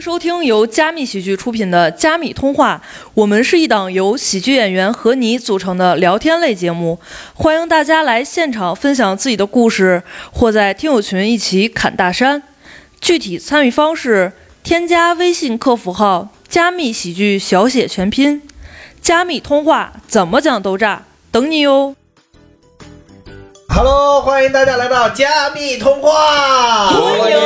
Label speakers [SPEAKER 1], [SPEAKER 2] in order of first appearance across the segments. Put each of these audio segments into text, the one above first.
[SPEAKER 1] 收听由加密喜剧出品的《加密通话》，我们是一档由喜剧演员和你组成的聊天类节目，欢迎大家来现场分享自己的故事，或在听友群一起侃大山。具体参与方式，添加微信客服号“加密喜剧”小写全拼，“加密通话”怎么讲都炸，等你哟。
[SPEAKER 2] Hello，欢迎大家来到加密通话，
[SPEAKER 1] 欢迎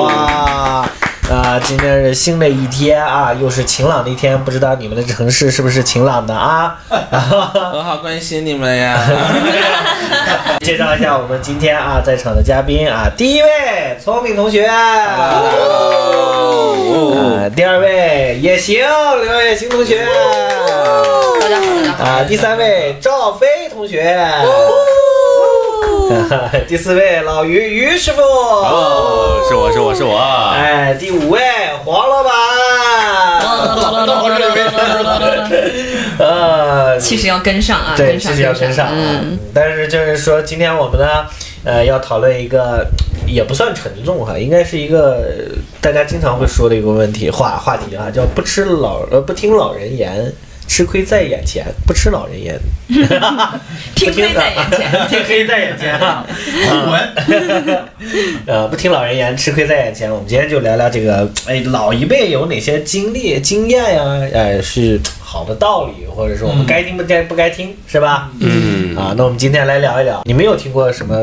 [SPEAKER 2] 哇！啊，今天是新的一天啊，又是晴朗的一天，不知道你们的城市是不是晴朗的啊？
[SPEAKER 3] 我好关心你们呀！
[SPEAKER 2] 介绍一下我们今天啊在场的嘉宾啊，第一位聪明同学，
[SPEAKER 3] 哦
[SPEAKER 2] 啊，第二位也行，刘也行同学，
[SPEAKER 1] 大家好，大家好。
[SPEAKER 2] 啊，第三位赵飞同学。 第四位老于于师傅，
[SPEAKER 3] 哦，是我是我是啊我，
[SPEAKER 2] 哎，第五位黄老板，呃，
[SPEAKER 4] 其实要跟上啊，
[SPEAKER 2] 对，
[SPEAKER 4] 跟上
[SPEAKER 2] 其实要跟上，啊
[SPEAKER 4] 嗯，。
[SPEAKER 2] 但是就是说，今天我们呢，呃，要讨论一个也不算沉重哈，应该是一个呃大家经常会说的一个问题话话题啊，叫不吃老呃不听老人言。吃亏在眼前，不吃老人言，
[SPEAKER 4] 听亏在眼前。
[SPEAKER 2] 天黑在眼前啊！呃，不听老人言，吃亏在眼前。我们今天就聊聊这个，哎，老一辈有哪些经历、经验呀、呃，是好的道理，或者说我们该听不该不该听，是吧？嗯。啊，那我们今天来聊一聊，你们有听过什么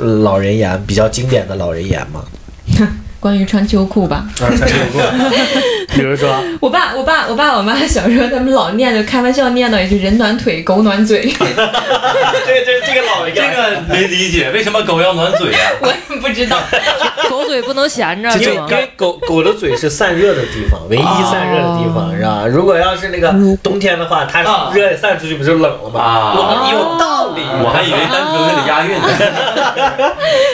[SPEAKER 2] 呃老人言比较经典的老人言吗？
[SPEAKER 4] 关于穿秋裤 吧，
[SPEAKER 2] 啊，曾经有过。比如说，
[SPEAKER 4] 我爸、我爸、我爸、我妈小时候他们老念着，开玩笑念叨一句“人暖腿，狗暖 嘴
[SPEAKER 2] 对对，这个老人
[SPEAKER 3] 这个没理解，为什么狗要暖嘴啊”，？
[SPEAKER 4] 我也不知道。
[SPEAKER 1] 狗嘴不能闲着，
[SPEAKER 2] 因
[SPEAKER 1] 是
[SPEAKER 2] 为
[SPEAKER 1] 吗
[SPEAKER 2] 因？为狗狗的嘴是散热的地方，唯一
[SPEAKER 3] 啊
[SPEAKER 2] 散热的地方，是吧？如果要是那个冬天的话，它
[SPEAKER 3] 啊
[SPEAKER 2] 热散出去不就冷了吗？
[SPEAKER 3] 啊
[SPEAKER 2] 啊我有道理。
[SPEAKER 3] 我还以为单纯为了押韵呢。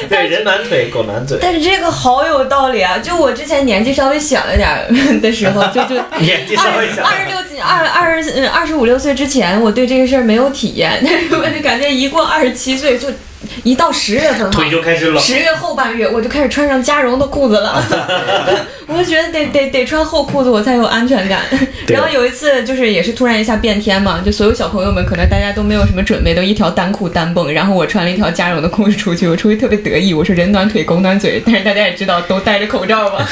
[SPEAKER 2] 对，人暖腿，狗暖嘴。
[SPEAKER 4] 但是这个好有道理啊！就我之前年纪稍微小一点儿的时候，就就
[SPEAKER 2] 年 纪稍微小，
[SPEAKER 4] 二十六岁、二二十嗯二十五六岁之前，我对这个事儿没有体验，但是我就感觉一过二十七岁，就一到十月份哈
[SPEAKER 2] 腿，就开始冷。
[SPEAKER 4] 十月后半月，我就开始穿上加绒的裤 子了。我就觉得得得得穿厚裤子，我才有安全感。
[SPEAKER 2] 对
[SPEAKER 4] 然后有一次就是也是突然一下变天嘛，就所有小朋友们可能大家都没有什么准备，都一条单裤单蹦，然后我穿了一条加绒的裤子出去，我出去特别得意，我说人暖腿狗暖嘴，但是大家也知道都戴着口罩嘛，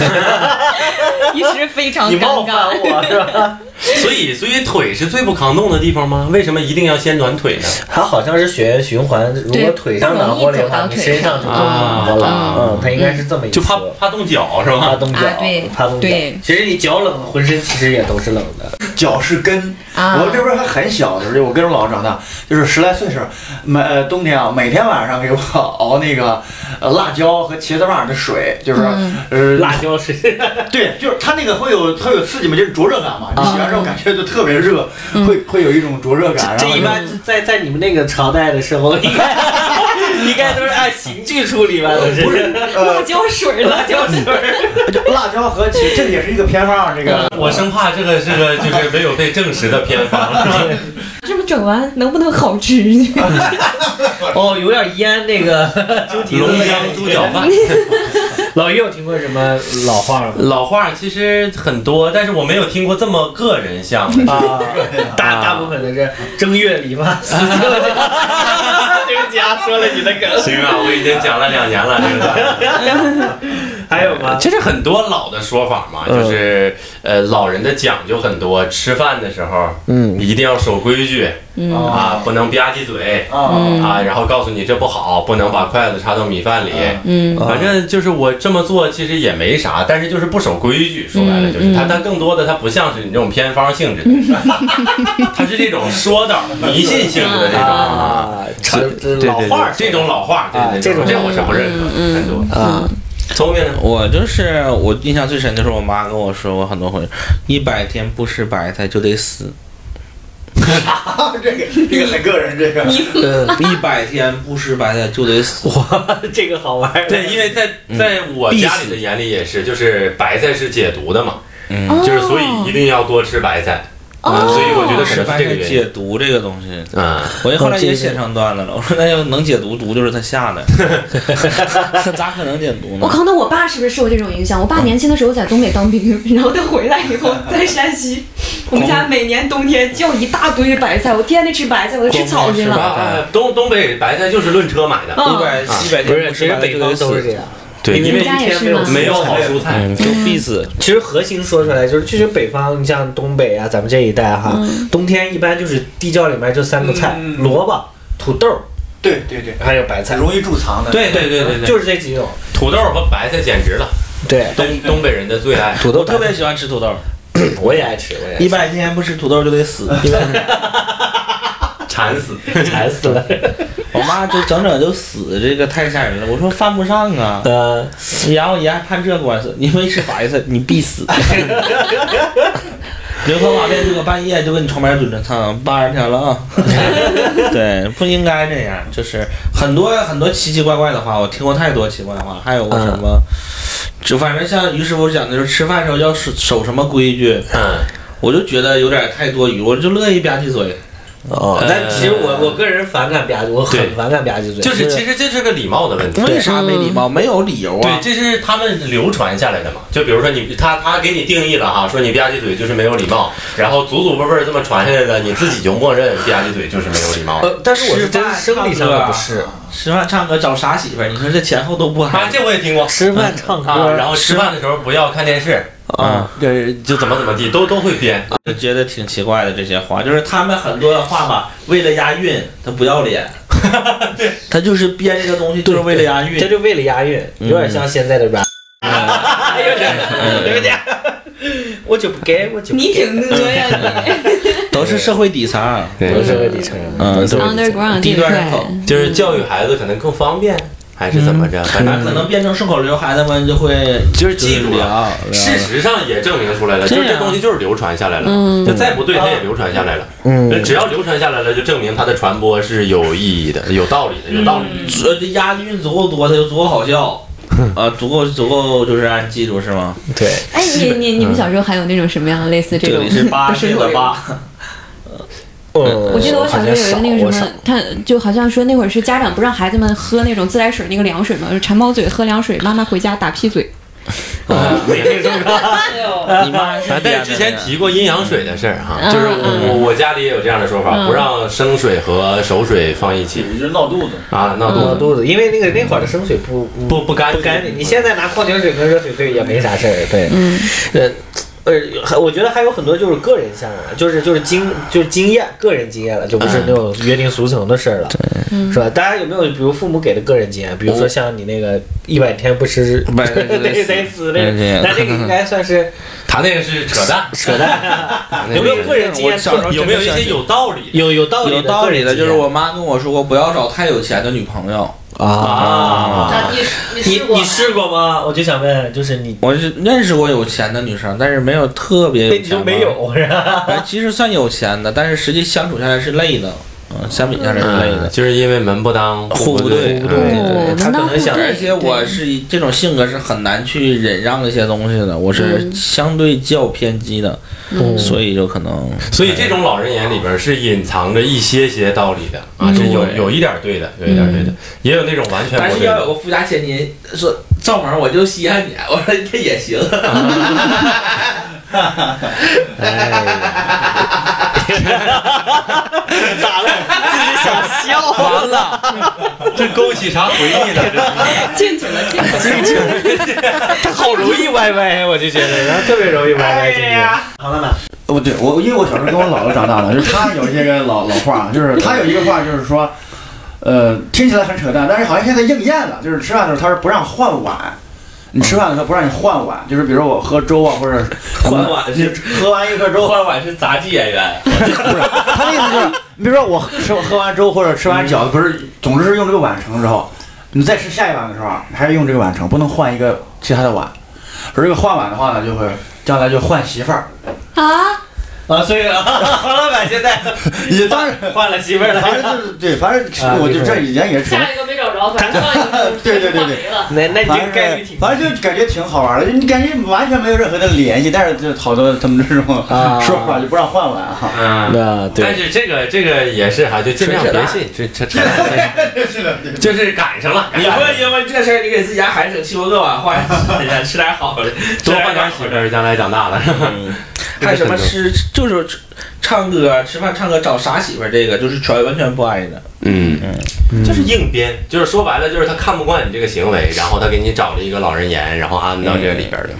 [SPEAKER 4] 一时非常
[SPEAKER 2] 你冒
[SPEAKER 4] 尴
[SPEAKER 2] 犯
[SPEAKER 4] 尬。
[SPEAKER 2] 我是吧？
[SPEAKER 3] 所以，所以腿是最不抗冻的地方吗？为什么一定要先暖腿呢？
[SPEAKER 2] 它好像是血液循环，如果
[SPEAKER 4] 对
[SPEAKER 2] 腿上暖和了的话，你身上就
[SPEAKER 3] 不
[SPEAKER 2] 冻
[SPEAKER 3] 容易走
[SPEAKER 2] 暖
[SPEAKER 3] 到腿
[SPEAKER 2] 和
[SPEAKER 3] 上
[SPEAKER 2] 了。
[SPEAKER 3] 啊
[SPEAKER 2] 嗯，它应该是这么一
[SPEAKER 3] 就怕
[SPEAKER 2] 说
[SPEAKER 3] 怕冻脚是
[SPEAKER 2] 怕
[SPEAKER 3] 吧？
[SPEAKER 2] 冻脚
[SPEAKER 4] 啊对，
[SPEAKER 2] 怕冻脚
[SPEAKER 4] 对。
[SPEAKER 2] 其实你脚冷，浑身其实也都是冷的。
[SPEAKER 5] 脚是根。
[SPEAKER 4] 啊
[SPEAKER 5] 我这边还很小的时候，就我跟着我姥姥长大，就是十来岁时候，每呃冬天啊，每天晚上给我熬那个呃辣椒和茄子棒的水，就是、呃
[SPEAKER 2] 辣椒是
[SPEAKER 5] 对，就是它那个会有它有刺激嘛，就是灼热感
[SPEAKER 2] 啊
[SPEAKER 5] 嘛。你洗完之后感觉就特别热，会会有一种灼热感。然
[SPEAKER 2] 嗯这
[SPEAKER 5] 后
[SPEAKER 2] 一般在在你们那个朝代的时 候，应该应该都是按刑具处理吧？都是
[SPEAKER 5] 不是
[SPEAKER 4] 辣
[SPEAKER 5] 呃
[SPEAKER 4] 椒水了，
[SPEAKER 2] 椒水儿。
[SPEAKER 5] 辣椒和茄，这也是一个偏方啊，这个。
[SPEAKER 3] 我生怕这个这 个就是没有被证实的偏方，是吧
[SPEAKER 4] 这么整完能不能好吃？
[SPEAKER 2] 哦，有点腌那个猪蹄子
[SPEAKER 3] 龙
[SPEAKER 2] 那
[SPEAKER 3] 江
[SPEAKER 2] 个。
[SPEAKER 3] 猪脚饭。
[SPEAKER 2] 老于有听过什么老话吗？
[SPEAKER 3] 老话其实很多，但是我没有听过这么个人像 的。
[SPEAKER 2] 啊，大大部分的是正月里嘛，死去了 这个对不起啊，说了你的梗，
[SPEAKER 3] 行啊，我已经讲了两年了，这个段子。
[SPEAKER 2] 还有吗？
[SPEAKER 3] 其实很多老的说法嘛，
[SPEAKER 2] 嗯
[SPEAKER 3] 就是呃，老人的讲究很多，吃饭的时候，
[SPEAKER 2] 嗯，哦
[SPEAKER 3] 一定要守规矩啊，不能吧唧嘴
[SPEAKER 2] 嗯
[SPEAKER 5] 啊，
[SPEAKER 3] 啊，然后告诉你这不好，不能把筷子插到米饭里。
[SPEAKER 4] 嗯
[SPEAKER 3] 反正就是我这么做其实也没啥，但是就是不守规矩，说
[SPEAKER 2] 嗯
[SPEAKER 3] 白了就是它，它更多的它不像是你这种偏方性 质的，它是这种说道迷信性质的这种。
[SPEAKER 2] 啊，成
[SPEAKER 6] 对对
[SPEAKER 2] 老话儿
[SPEAKER 3] 这种老话，对
[SPEAKER 2] 啊
[SPEAKER 3] 对，这
[SPEAKER 2] 这种嗯
[SPEAKER 3] 这我是不认可的，很多。
[SPEAKER 2] 啊，
[SPEAKER 3] 聪明呢，
[SPEAKER 6] 我就是我印象最深的是我妈跟我说过很多回，一百天不吃白菜就得死，
[SPEAKER 5] 这个这个很个人，这个
[SPEAKER 6] 一百天不吃白菜就得死。
[SPEAKER 2] 哇，这个好玩儿。
[SPEAKER 3] 对，因为在在我家里的眼里也是，就是白菜是解毒的嘛，
[SPEAKER 6] 嗯
[SPEAKER 3] 就是所以一定要多吃白菜。嗯
[SPEAKER 7] 哦
[SPEAKER 3] 所以我觉得可
[SPEAKER 6] 失
[SPEAKER 3] 能
[SPEAKER 6] 败
[SPEAKER 3] 是这个
[SPEAKER 6] 是
[SPEAKER 3] 原因。
[SPEAKER 6] 解读这个东西，
[SPEAKER 3] 嗯，
[SPEAKER 6] 我后来也写上段子了。我说那要能解读，读就是他下的，咋可能解读呢
[SPEAKER 7] 我？靠，那我爸是不是受这种影响？我爸年轻的时候在东北当兵，然后他回来以后 在山西，我们家每年冬天叫一大堆白菜，我天天吃白菜，我都吃草去
[SPEAKER 3] 啊
[SPEAKER 7] 了。
[SPEAKER 3] 啊，东东北白菜就是论车买的，
[SPEAKER 6] 一
[SPEAKER 7] 嗯，
[SPEAKER 6] 百一百
[SPEAKER 2] 不是，
[SPEAKER 6] 天
[SPEAKER 2] 其实北方都是这样，
[SPEAKER 3] 对，
[SPEAKER 2] 因
[SPEAKER 3] 因
[SPEAKER 2] 为
[SPEAKER 3] 为
[SPEAKER 2] 一
[SPEAKER 7] 家也
[SPEAKER 2] 天没
[SPEAKER 7] 是
[SPEAKER 2] 有
[SPEAKER 7] 吗
[SPEAKER 3] 没有好蔬菜。
[SPEAKER 6] 嗯，就必死。
[SPEAKER 2] 其实核心说出来就是，就是北方，你像东北啊，咱们这一带哈，冬天一般就是地窖里面就三个菜：
[SPEAKER 5] 嗯
[SPEAKER 2] 萝卜、土豆，
[SPEAKER 5] 对对对，
[SPEAKER 2] 还有白菜，
[SPEAKER 5] 容易贮藏的。
[SPEAKER 6] 对对对对对，
[SPEAKER 2] 就是这几种。
[SPEAKER 3] 土豆和白菜简直了，
[SPEAKER 2] 对，
[SPEAKER 3] 东东北人的最爱。
[SPEAKER 2] 土豆
[SPEAKER 6] 我特别喜欢吃土豆，
[SPEAKER 2] 我也爱吃，我也爱
[SPEAKER 6] 一百天不吃土豆就得死。
[SPEAKER 3] 馋死，
[SPEAKER 2] 吃，馋死了。
[SPEAKER 6] 我妈就整整就死，这个太吓人了。我说犯不上啊，
[SPEAKER 2] 呃，
[SPEAKER 6] 然后你还判这官司，你没吃白菜，你必死。 刘德华这个半夜就跟你床边蹲着，操，八十天了啊！ 对，不应该这样，就是很多很多奇奇怪怪的话，我听过太多奇怪的话，还有过什么，
[SPEAKER 2] 嗯
[SPEAKER 6] 就反正像于师傅讲的，就是吃饭时候要守守什么规矩，
[SPEAKER 3] 嗯，
[SPEAKER 6] 我就觉得有点太多余，我就乐意吧唧嘴。
[SPEAKER 2] 哦但其实我我个人反感吧唧，我
[SPEAKER 3] 对
[SPEAKER 2] 很反感吧唧嘴，
[SPEAKER 3] 就是其实这是个礼貌的问题。
[SPEAKER 6] 呃为啥没礼
[SPEAKER 2] 嗯
[SPEAKER 6] 貌？没有理由
[SPEAKER 3] 对，
[SPEAKER 6] 啊！
[SPEAKER 3] 这是他们流传下来的嘛。就比如说你，他他给你定义了哈，说你吧唧嘴就是没有礼貌，然后祖祖辈辈这么传下来的，你自己就默认吧唧嘴就是没有礼貌。
[SPEAKER 2] 呃，但是我是
[SPEAKER 6] 吃
[SPEAKER 2] 真
[SPEAKER 6] 饭
[SPEAKER 2] 生理上
[SPEAKER 6] 啊
[SPEAKER 2] 的不适，
[SPEAKER 6] 吃饭唱歌找啥媳妇儿？你说这前后都不
[SPEAKER 3] 啊
[SPEAKER 6] 挨，
[SPEAKER 3] 这我也听过
[SPEAKER 2] 吃饭唱
[SPEAKER 3] 啊。
[SPEAKER 2] 歌，
[SPEAKER 3] 然后吃饭的时候不要看电视，
[SPEAKER 6] 啊。
[SPEAKER 2] 对，
[SPEAKER 3] 就怎么怎么地，都都会编。
[SPEAKER 6] 就觉得挺奇怪的这些话，就是他们很多的话吧，为了押韵，他不要 脸，对他就是编这个东西就是为了押
[SPEAKER 2] 这
[SPEAKER 6] 韵。
[SPEAKER 2] 就为了押韵，有点像现在的 rap，有 点，有点， 我就不给，我就不
[SPEAKER 7] 你挺讷 呀你。
[SPEAKER 6] 都是社会底层，
[SPEAKER 3] 对
[SPEAKER 2] 都是为底层人，
[SPEAKER 6] 嗯
[SPEAKER 2] 都是为底层人
[SPEAKER 4] Underground
[SPEAKER 6] 低
[SPEAKER 4] 这
[SPEAKER 6] 端
[SPEAKER 4] 块
[SPEAKER 6] 人，口
[SPEAKER 3] 就是教育孩子可能更方便，还是怎么着？反
[SPEAKER 6] 那可
[SPEAKER 3] 正
[SPEAKER 6] 能变成顺口溜，孩子们就会
[SPEAKER 3] 就是记住了。
[SPEAKER 6] 聊。
[SPEAKER 3] 事实上也证明出来了，就是
[SPEAKER 6] 对
[SPEAKER 3] 这
[SPEAKER 6] 啊
[SPEAKER 3] 东西就是流传下来了，
[SPEAKER 4] 嗯
[SPEAKER 3] 就再不对它也流传下来了。
[SPEAKER 2] 嗯
[SPEAKER 3] 只要流传下来了，就证明它的传播是有意义的、有道理的、有道理的。
[SPEAKER 6] 呃这押韵足够多，他就足够好笑，啊，足够足够就是按记住是吗？
[SPEAKER 2] 对，
[SPEAKER 4] 哎，你你你们
[SPEAKER 7] 嗯
[SPEAKER 4] 小时候还有那种什么样的类似这
[SPEAKER 6] 这
[SPEAKER 4] 种
[SPEAKER 6] 里是 八，这
[SPEAKER 4] 顺
[SPEAKER 6] 里
[SPEAKER 4] 口
[SPEAKER 6] 的
[SPEAKER 4] 溜？
[SPEAKER 6] 八，
[SPEAKER 4] 我
[SPEAKER 2] 嗯我
[SPEAKER 4] 记得我
[SPEAKER 2] 呃
[SPEAKER 4] 小
[SPEAKER 2] 好
[SPEAKER 4] 时候
[SPEAKER 2] 像少，
[SPEAKER 4] 有一个那
[SPEAKER 2] 我
[SPEAKER 4] 个什
[SPEAKER 2] 少
[SPEAKER 4] 么，他就好像说那会儿是家长不让孩子们喝那种自来水那个凉水嘛，就是馋猫嘴喝凉水，妈妈回家打屁嘴。
[SPEAKER 3] 嗯
[SPEAKER 2] 没听说过，
[SPEAKER 6] 你妈是
[SPEAKER 3] 啊，但是之前提过阴阳水的事儿哈，
[SPEAKER 4] 嗯
[SPEAKER 3] 就是我我我家里也有这样的说法，
[SPEAKER 4] 嗯
[SPEAKER 3] 不让生水和熟水放一起
[SPEAKER 5] 就是闹肚子。
[SPEAKER 3] 啊，闹肚
[SPEAKER 2] 我
[SPEAKER 3] 子
[SPEAKER 2] 肚子，因为那个那会儿的生水不
[SPEAKER 3] 不不干
[SPEAKER 2] 嗯不干净，你现在拿矿泉水跟热水兑也没啥事儿，对，
[SPEAKER 4] 嗯，
[SPEAKER 2] 呃。呃，还我觉得还有很多就是个人项啊，就是就是经就是经验，个人经验了，就不是那种约定俗成的事儿了，是吧？大家有没有比如父母给的个人经验？比如说像你那个一百天不吃，
[SPEAKER 6] 100天就得
[SPEAKER 2] 得
[SPEAKER 6] 死
[SPEAKER 2] 得死那
[SPEAKER 6] 嗯这
[SPEAKER 2] 个，
[SPEAKER 6] 样
[SPEAKER 2] 那这个应该算 是
[SPEAKER 3] 他那个是扯淡，
[SPEAKER 2] 扯淡啊，有没有个人经验
[SPEAKER 6] 我？小时候
[SPEAKER 3] 有没有一些有道理的？
[SPEAKER 2] 有有道理
[SPEAKER 6] 有道理
[SPEAKER 2] 的个人经验，
[SPEAKER 6] 的，就是我妈跟我说过，不要找太有钱的女朋友。
[SPEAKER 2] 啊，
[SPEAKER 3] 啊？
[SPEAKER 7] 你
[SPEAKER 2] 你你试过吗？我就想问，就是你
[SPEAKER 6] 我是认识过有钱的女生，但是没有特别
[SPEAKER 2] 对
[SPEAKER 6] 有
[SPEAKER 2] 你
[SPEAKER 6] 钱
[SPEAKER 2] 就
[SPEAKER 6] 吧
[SPEAKER 2] 没。有是吧？
[SPEAKER 6] 哎，其实算有钱的，但是实际相处下来是累的，嗯，相比下来是累
[SPEAKER 3] 嗯
[SPEAKER 6] 的，。
[SPEAKER 3] 就是因为门不当
[SPEAKER 6] 户
[SPEAKER 3] 不
[SPEAKER 6] 不
[SPEAKER 3] 对
[SPEAKER 6] 对，
[SPEAKER 3] 嗯
[SPEAKER 6] 对对
[SPEAKER 4] 哦
[SPEAKER 6] 对
[SPEAKER 2] 他
[SPEAKER 4] 门当
[SPEAKER 2] 可能
[SPEAKER 4] 户
[SPEAKER 2] 想
[SPEAKER 4] 对，
[SPEAKER 6] 而且我是一这种性格是很难去忍让一些东西的，我是
[SPEAKER 4] 嗯
[SPEAKER 6] 相对较偏激的，所以就可能
[SPEAKER 3] 所以这种老人眼里边是隐藏着一些些道理的啊，是有有一点儿对的，有一点儿对的，也有那种完全
[SPEAKER 6] 但
[SPEAKER 3] 不
[SPEAKER 6] 是
[SPEAKER 3] 对
[SPEAKER 6] 要有
[SPEAKER 3] 的。
[SPEAKER 6] 个富家千金说赵萌，我就稀罕你，我说这也行。
[SPEAKER 2] 咋了？自己想笑
[SPEAKER 6] 完了，
[SPEAKER 3] 这勾起啥回忆了？
[SPEAKER 7] 进去了，进去了。
[SPEAKER 2] 好容易歪歪，我就觉得，然后特别容易歪歪。哎呀，
[SPEAKER 5] 哦，对，我因为我小时候跟我姥姥长大的，就是她有一些个老老话，就是她有一个话就是说，呃，听起来很扯淡，但是好像现在应验了，就是吃饭的时候她说不让换碗。你吃饭的时候不让你换碗，就是比如说我喝粥啊，或者什么
[SPEAKER 6] 换碗
[SPEAKER 5] 你喝完一个粥，
[SPEAKER 6] 换碗是杂技演员，
[SPEAKER 5] 不是，他的意思就是，你比如说我吃喝完粥或者吃完饺子，不是，总之是用这个碗盛之后，你再吃下一碗的时候，你还是用这个碗盛，不能换一个其他的碗。而这个换碗的话呢，就会将来就换媳妇儿
[SPEAKER 4] 啊，
[SPEAKER 5] 啊， 所以
[SPEAKER 2] 黄老板现在
[SPEAKER 5] 也当然，
[SPEAKER 2] 换了媳妇儿了。
[SPEAKER 5] 反正就是对，反正
[SPEAKER 2] 啊
[SPEAKER 5] 我就这以前也是扯
[SPEAKER 7] 下一个没找
[SPEAKER 1] 着，反 正上一个就
[SPEAKER 5] 对对对对
[SPEAKER 1] 没了。
[SPEAKER 2] 那那
[SPEAKER 5] 反
[SPEAKER 2] 这
[SPEAKER 5] 正
[SPEAKER 2] 个概率挺
[SPEAKER 5] 反正就感觉挺好玩的，你感觉完全没有任何的联系，但是就好多他们这种
[SPEAKER 2] 啊
[SPEAKER 5] 说法就不让换碗啊哈。
[SPEAKER 6] 啊
[SPEAKER 3] 嗯，
[SPEAKER 4] 啊
[SPEAKER 2] 那
[SPEAKER 3] 但是这个这个也是哈，就尽量别信，这这扯淡，
[SPEAKER 5] 是的，对
[SPEAKER 3] 就是赶上了，赶
[SPEAKER 2] 哎
[SPEAKER 6] 你
[SPEAKER 3] 上了
[SPEAKER 6] 会因为这事儿你给自己家孩子气头个碗，换
[SPEAKER 2] 哎
[SPEAKER 6] 人吃点好的，
[SPEAKER 3] 多换点媳
[SPEAKER 6] 好
[SPEAKER 3] 妇
[SPEAKER 6] 的。
[SPEAKER 3] 儿，将来长大了。
[SPEAKER 6] 还有什么吃就是吃唱歌、吃饭、唱歌找啥媳妇儿，这个就是全完全不挨着。
[SPEAKER 3] 嗯，就是硬编，就是说白了，就是他看不惯你这个行为，然后他给你找了一个老人言，然后安到这个里边儿的。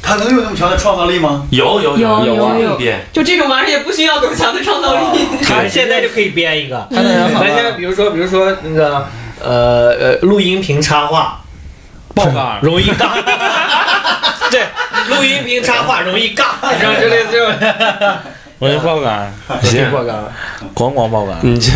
[SPEAKER 5] 他能有那么强的创造力吗？
[SPEAKER 3] 有有有
[SPEAKER 4] 有有有
[SPEAKER 3] 硬编，
[SPEAKER 4] 就这种玩意儿也不需要多强的创造力。
[SPEAKER 3] 哦
[SPEAKER 2] 他现在就可以编一个。
[SPEAKER 6] 他那人好
[SPEAKER 2] 咱现在比如说，比如说那个呃呃，录音屏插画
[SPEAKER 6] 爆缸，
[SPEAKER 2] 容易尬， 对，录音屏插画容易尬，
[SPEAKER 6] 哎
[SPEAKER 2] 然后之类的这种，
[SPEAKER 6] 容易爆缸，
[SPEAKER 3] 行，
[SPEAKER 2] 尬，
[SPEAKER 6] 咣咣爆缸。
[SPEAKER 3] 你这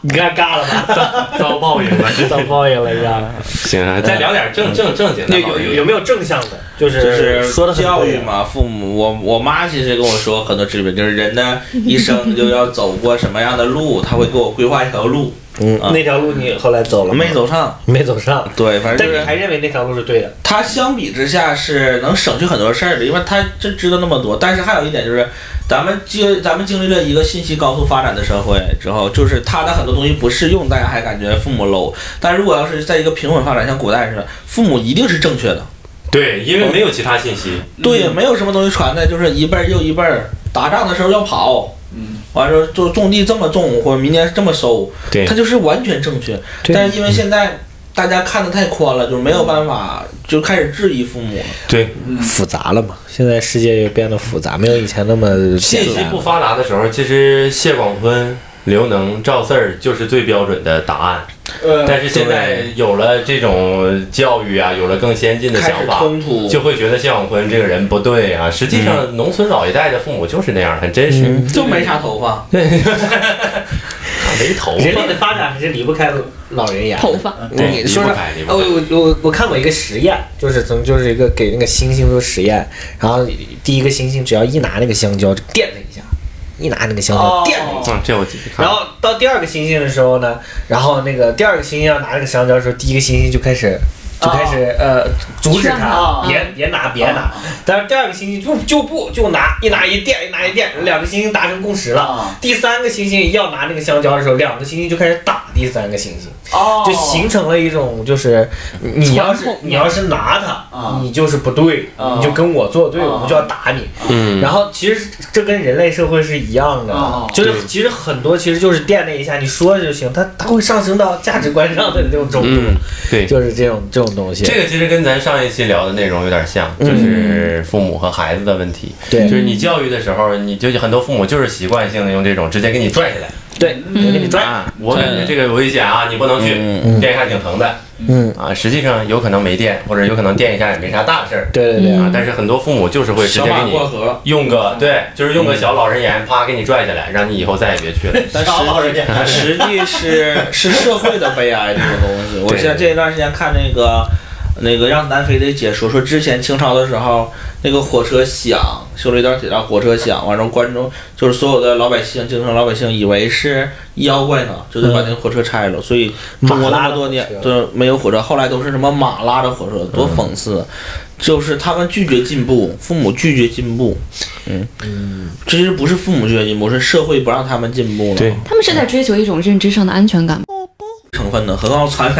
[SPEAKER 2] 你看尬了 吧？
[SPEAKER 3] 遭报应了。
[SPEAKER 2] 遭报应了，是吧？
[SPEAKER 3] 行，啊嗯再聊点正正正经
[SPEAKER 2] 那
[SPEAKER 3] 的老
[SPEAKER 2] 有
[SPEAKER 3] 人
[SPEAKER 2] 有
[SPEAKER 3] 言。
[SPEAKER 2] 有没有正向的？就
[SPEAKER 6] 就是
[SPEAKER 2] 是说的
[SPEAKER 6] 教育嘛，父母，我我妈其实跟我说很多知识，就是人的一生就要走过什么样的路，她会给我规划一条路，
[SPEAKER 2] 嗯
[SPEAKER 6] 啊，
[SPEAKER 2] 那条路你后来走了
[SPEAKER 6] 我
[SPEAKER 2] 吗
[SPEAKER 6] 没，走上。
[SPEAKER 2] 没走上，
[SPEAKER 6] 对，反正
[SPEAKER 2] 但
[SPEAKER 6] 就
[SPEAKER 2] 你
[SPEAKER 6] 是
[SPEAKER 2] 还认为那条路是对的？
[SPEAKER 6] 她相比之下是能省去很多事儿的，因为她真知道那么多。但是还有一点就是，咱们经咱们经历了一个信息高速发展的社会之后，就是她的很多东西不适用，大家还感觉父母 low。但如果要是在一个平稳发展，像古代似的，父母一定是正确的。
[SPEAKER 3] 对，因为没有其他信息。
[SPEAKER 6] 对，没有什么东西传的，就是一辈儿又一辈儿。打仗的时候要跑，
[SPEAKER 5] 嗯，
[SPEAKER 6] 完了就种地这么种，或者明年这么收，
[SPEAKER 3] 对
[SPEAKER 6] 它就是完全正确。
[SPEAKER 2] 对
[SPEAKER 6] 但是因为现在大家看的太宽了，就是没有办法，就开始质疑父母了。
[SPEAKER 3] 对，
[SPEAKER 2] 复杂了嘛？现在世界也变得复杂，没有以前那么
[SPEAKER 3] 信息不发达的时候，其实谢广坤、刘能、赵四儿就是最标准的答案。
[SPEAKER 5] 呃，
[SPEAKER 3] 但是现在有了这种教育啊，有了更先进的
[SPEAKER 6] 开
[SPEAKER 3] 想
[SPEAKER 6] 始
[SPEAKER 3] 法，
[SPEAKER 6] 冲突，
[SPEAKER 3] 就会觉得谢广坤这个人不对啊。实际
[SPEAKER 2] 嗯
[SPEAKER 3] 上，农村老一代的父母就是那样，很真实，
[SPEAKER 6] 就没啥头发，
[SPEAKER 3] 啊没头
[SPEAKER 2] 人类
[SPEAKER 3] 发，
[SPEAKER 2] 的发展还是离不开老人眼。
[SPEAKER 4] 头发，
[SPEAKER 3] 对，
[SPEAKER 2] 你
[SPEAKER 3] 离
[SPEAKER 2] 说
[SPEAKER 3] 不
[SPEAKER 2] 啥？
[SPEAKER 3] 开，离
[SPEAKER 2] 哦，
[SPEAKER 3] 不开。
[SPEAKER 2] 我我我我看过一个实验，就是从就是一个给那个猩猩做实验，然后第一个猩猩只要一拿那个香蕉就电它一下，一拿那个香蕉电它一下。
[SPEAKER 3] 嗯，这我记得看
[SPEAKER 2] 然后到第二个猩猩的时候呢，然后那个第二个猩猩要拿那个香蕉的时候，第一个猩猩就开始就开始、呃阻止
[SPEAKER 4] 劝他
[SPEAKER 2] 他，别别拿别
[SPEAKER 5] 哦
[SPEAKER 2] 拿。但是第二个猩猩就就不就拿一拿一电一拿一电，两个猩猩达成共识了。
[SPEAKER 5] 啊，
[SPEAKER 2] 第三个猩猩要拿那个香蕉的时候，两个猩猩就开始打第三个猩猩。
[SPEAKER 5] 哦
[SPEAKER 2] 就形成了一种就是，你要是你要是拿
[SPEAKER 5] 啊
[SPEAKER 2] 它，你就是不对，
[SPEAKER 5] 啊
[SPEAKER 2] 你就跟我作对，
[SPEAKER 5] 啊
[SPEAKER 2] 我们就要打你。
[SPEAKER 3] 嗯，
[SPEAKER 2] 然后其实这跟人类社会是一样的
[SPEAKER 5] 啊，
[SPEAKER 2] 就是其实很多其实就是垫了一下，你说就行，它它会上升到价值观上的那种程
[SPEAKER 3] 嗯
[SPEAKER 2] 度，，
[SPEAKER 3] 对。
[SPEAKER 2] 就是这种这种东西。
[SPEAKER 3] 这个其实跟咱上一期聊的内容有点像，就是父母和孩子的问题。
[SPEAKER 2] 嗯对
[SPEAKER 3] 就是你教育的时候，你就很多父母就是习惯性的用这种直接给你拽起来，
[SPEAKER 2] 对，我给你拽，
[SPEAKER 3] 啊，我感觉这个有危险啊，你不能去，电一下挺疼的
[SPEAKER 2] 嗯，
[SPEAKER 3] 啊。实际上有可能没电，或者有可能电一下也没啥大事儿
[SPEAKER 2] 对对对，
[SPEAKER 3] 啊。但是很多父母就是会直
[SPEAKER 6] 小
[SPEAKER 3] 接给
[SPEAKER 6] 马
[SPEAKER 3] 你
[SPEAKER 6] 过河。
[SPEAKER 3] 用个对，就是用个小老人眼，啪给你拽起来，让你以后再也别去了。
[SPEAKER 6] 但 实实际是是社会的悲哀，这个东西。我
[SPEAKER 3] 对
[SPEAKER 6] 现在这一段时间看那个那个让南非的解说，说之前清朝的时候，那个火车响，修了一段铁道，火车响，完之后观众就是所有的老百姓，京城老百姓以为是妖怪呢，就得把那个火车拆了，所以中国那么多年
[SPEAKER 2] 马拉着
[SPEAKER 6] 对没有火车，后来都是什么马拉着火车，多
[SPEAKER 3] 嗯
[SPEAKER 6] 讽刺。就是他们拒绝进步，父母拒绝进步，嗯嗯，其实不是父母拒绝进步，是社会不让他们进步了。
[SPEAKER 3] 对
[SPEAKER 4] 他们是在追求一种认知上的安全感吗。
[SPEAKER 6] 成分的，何况传了，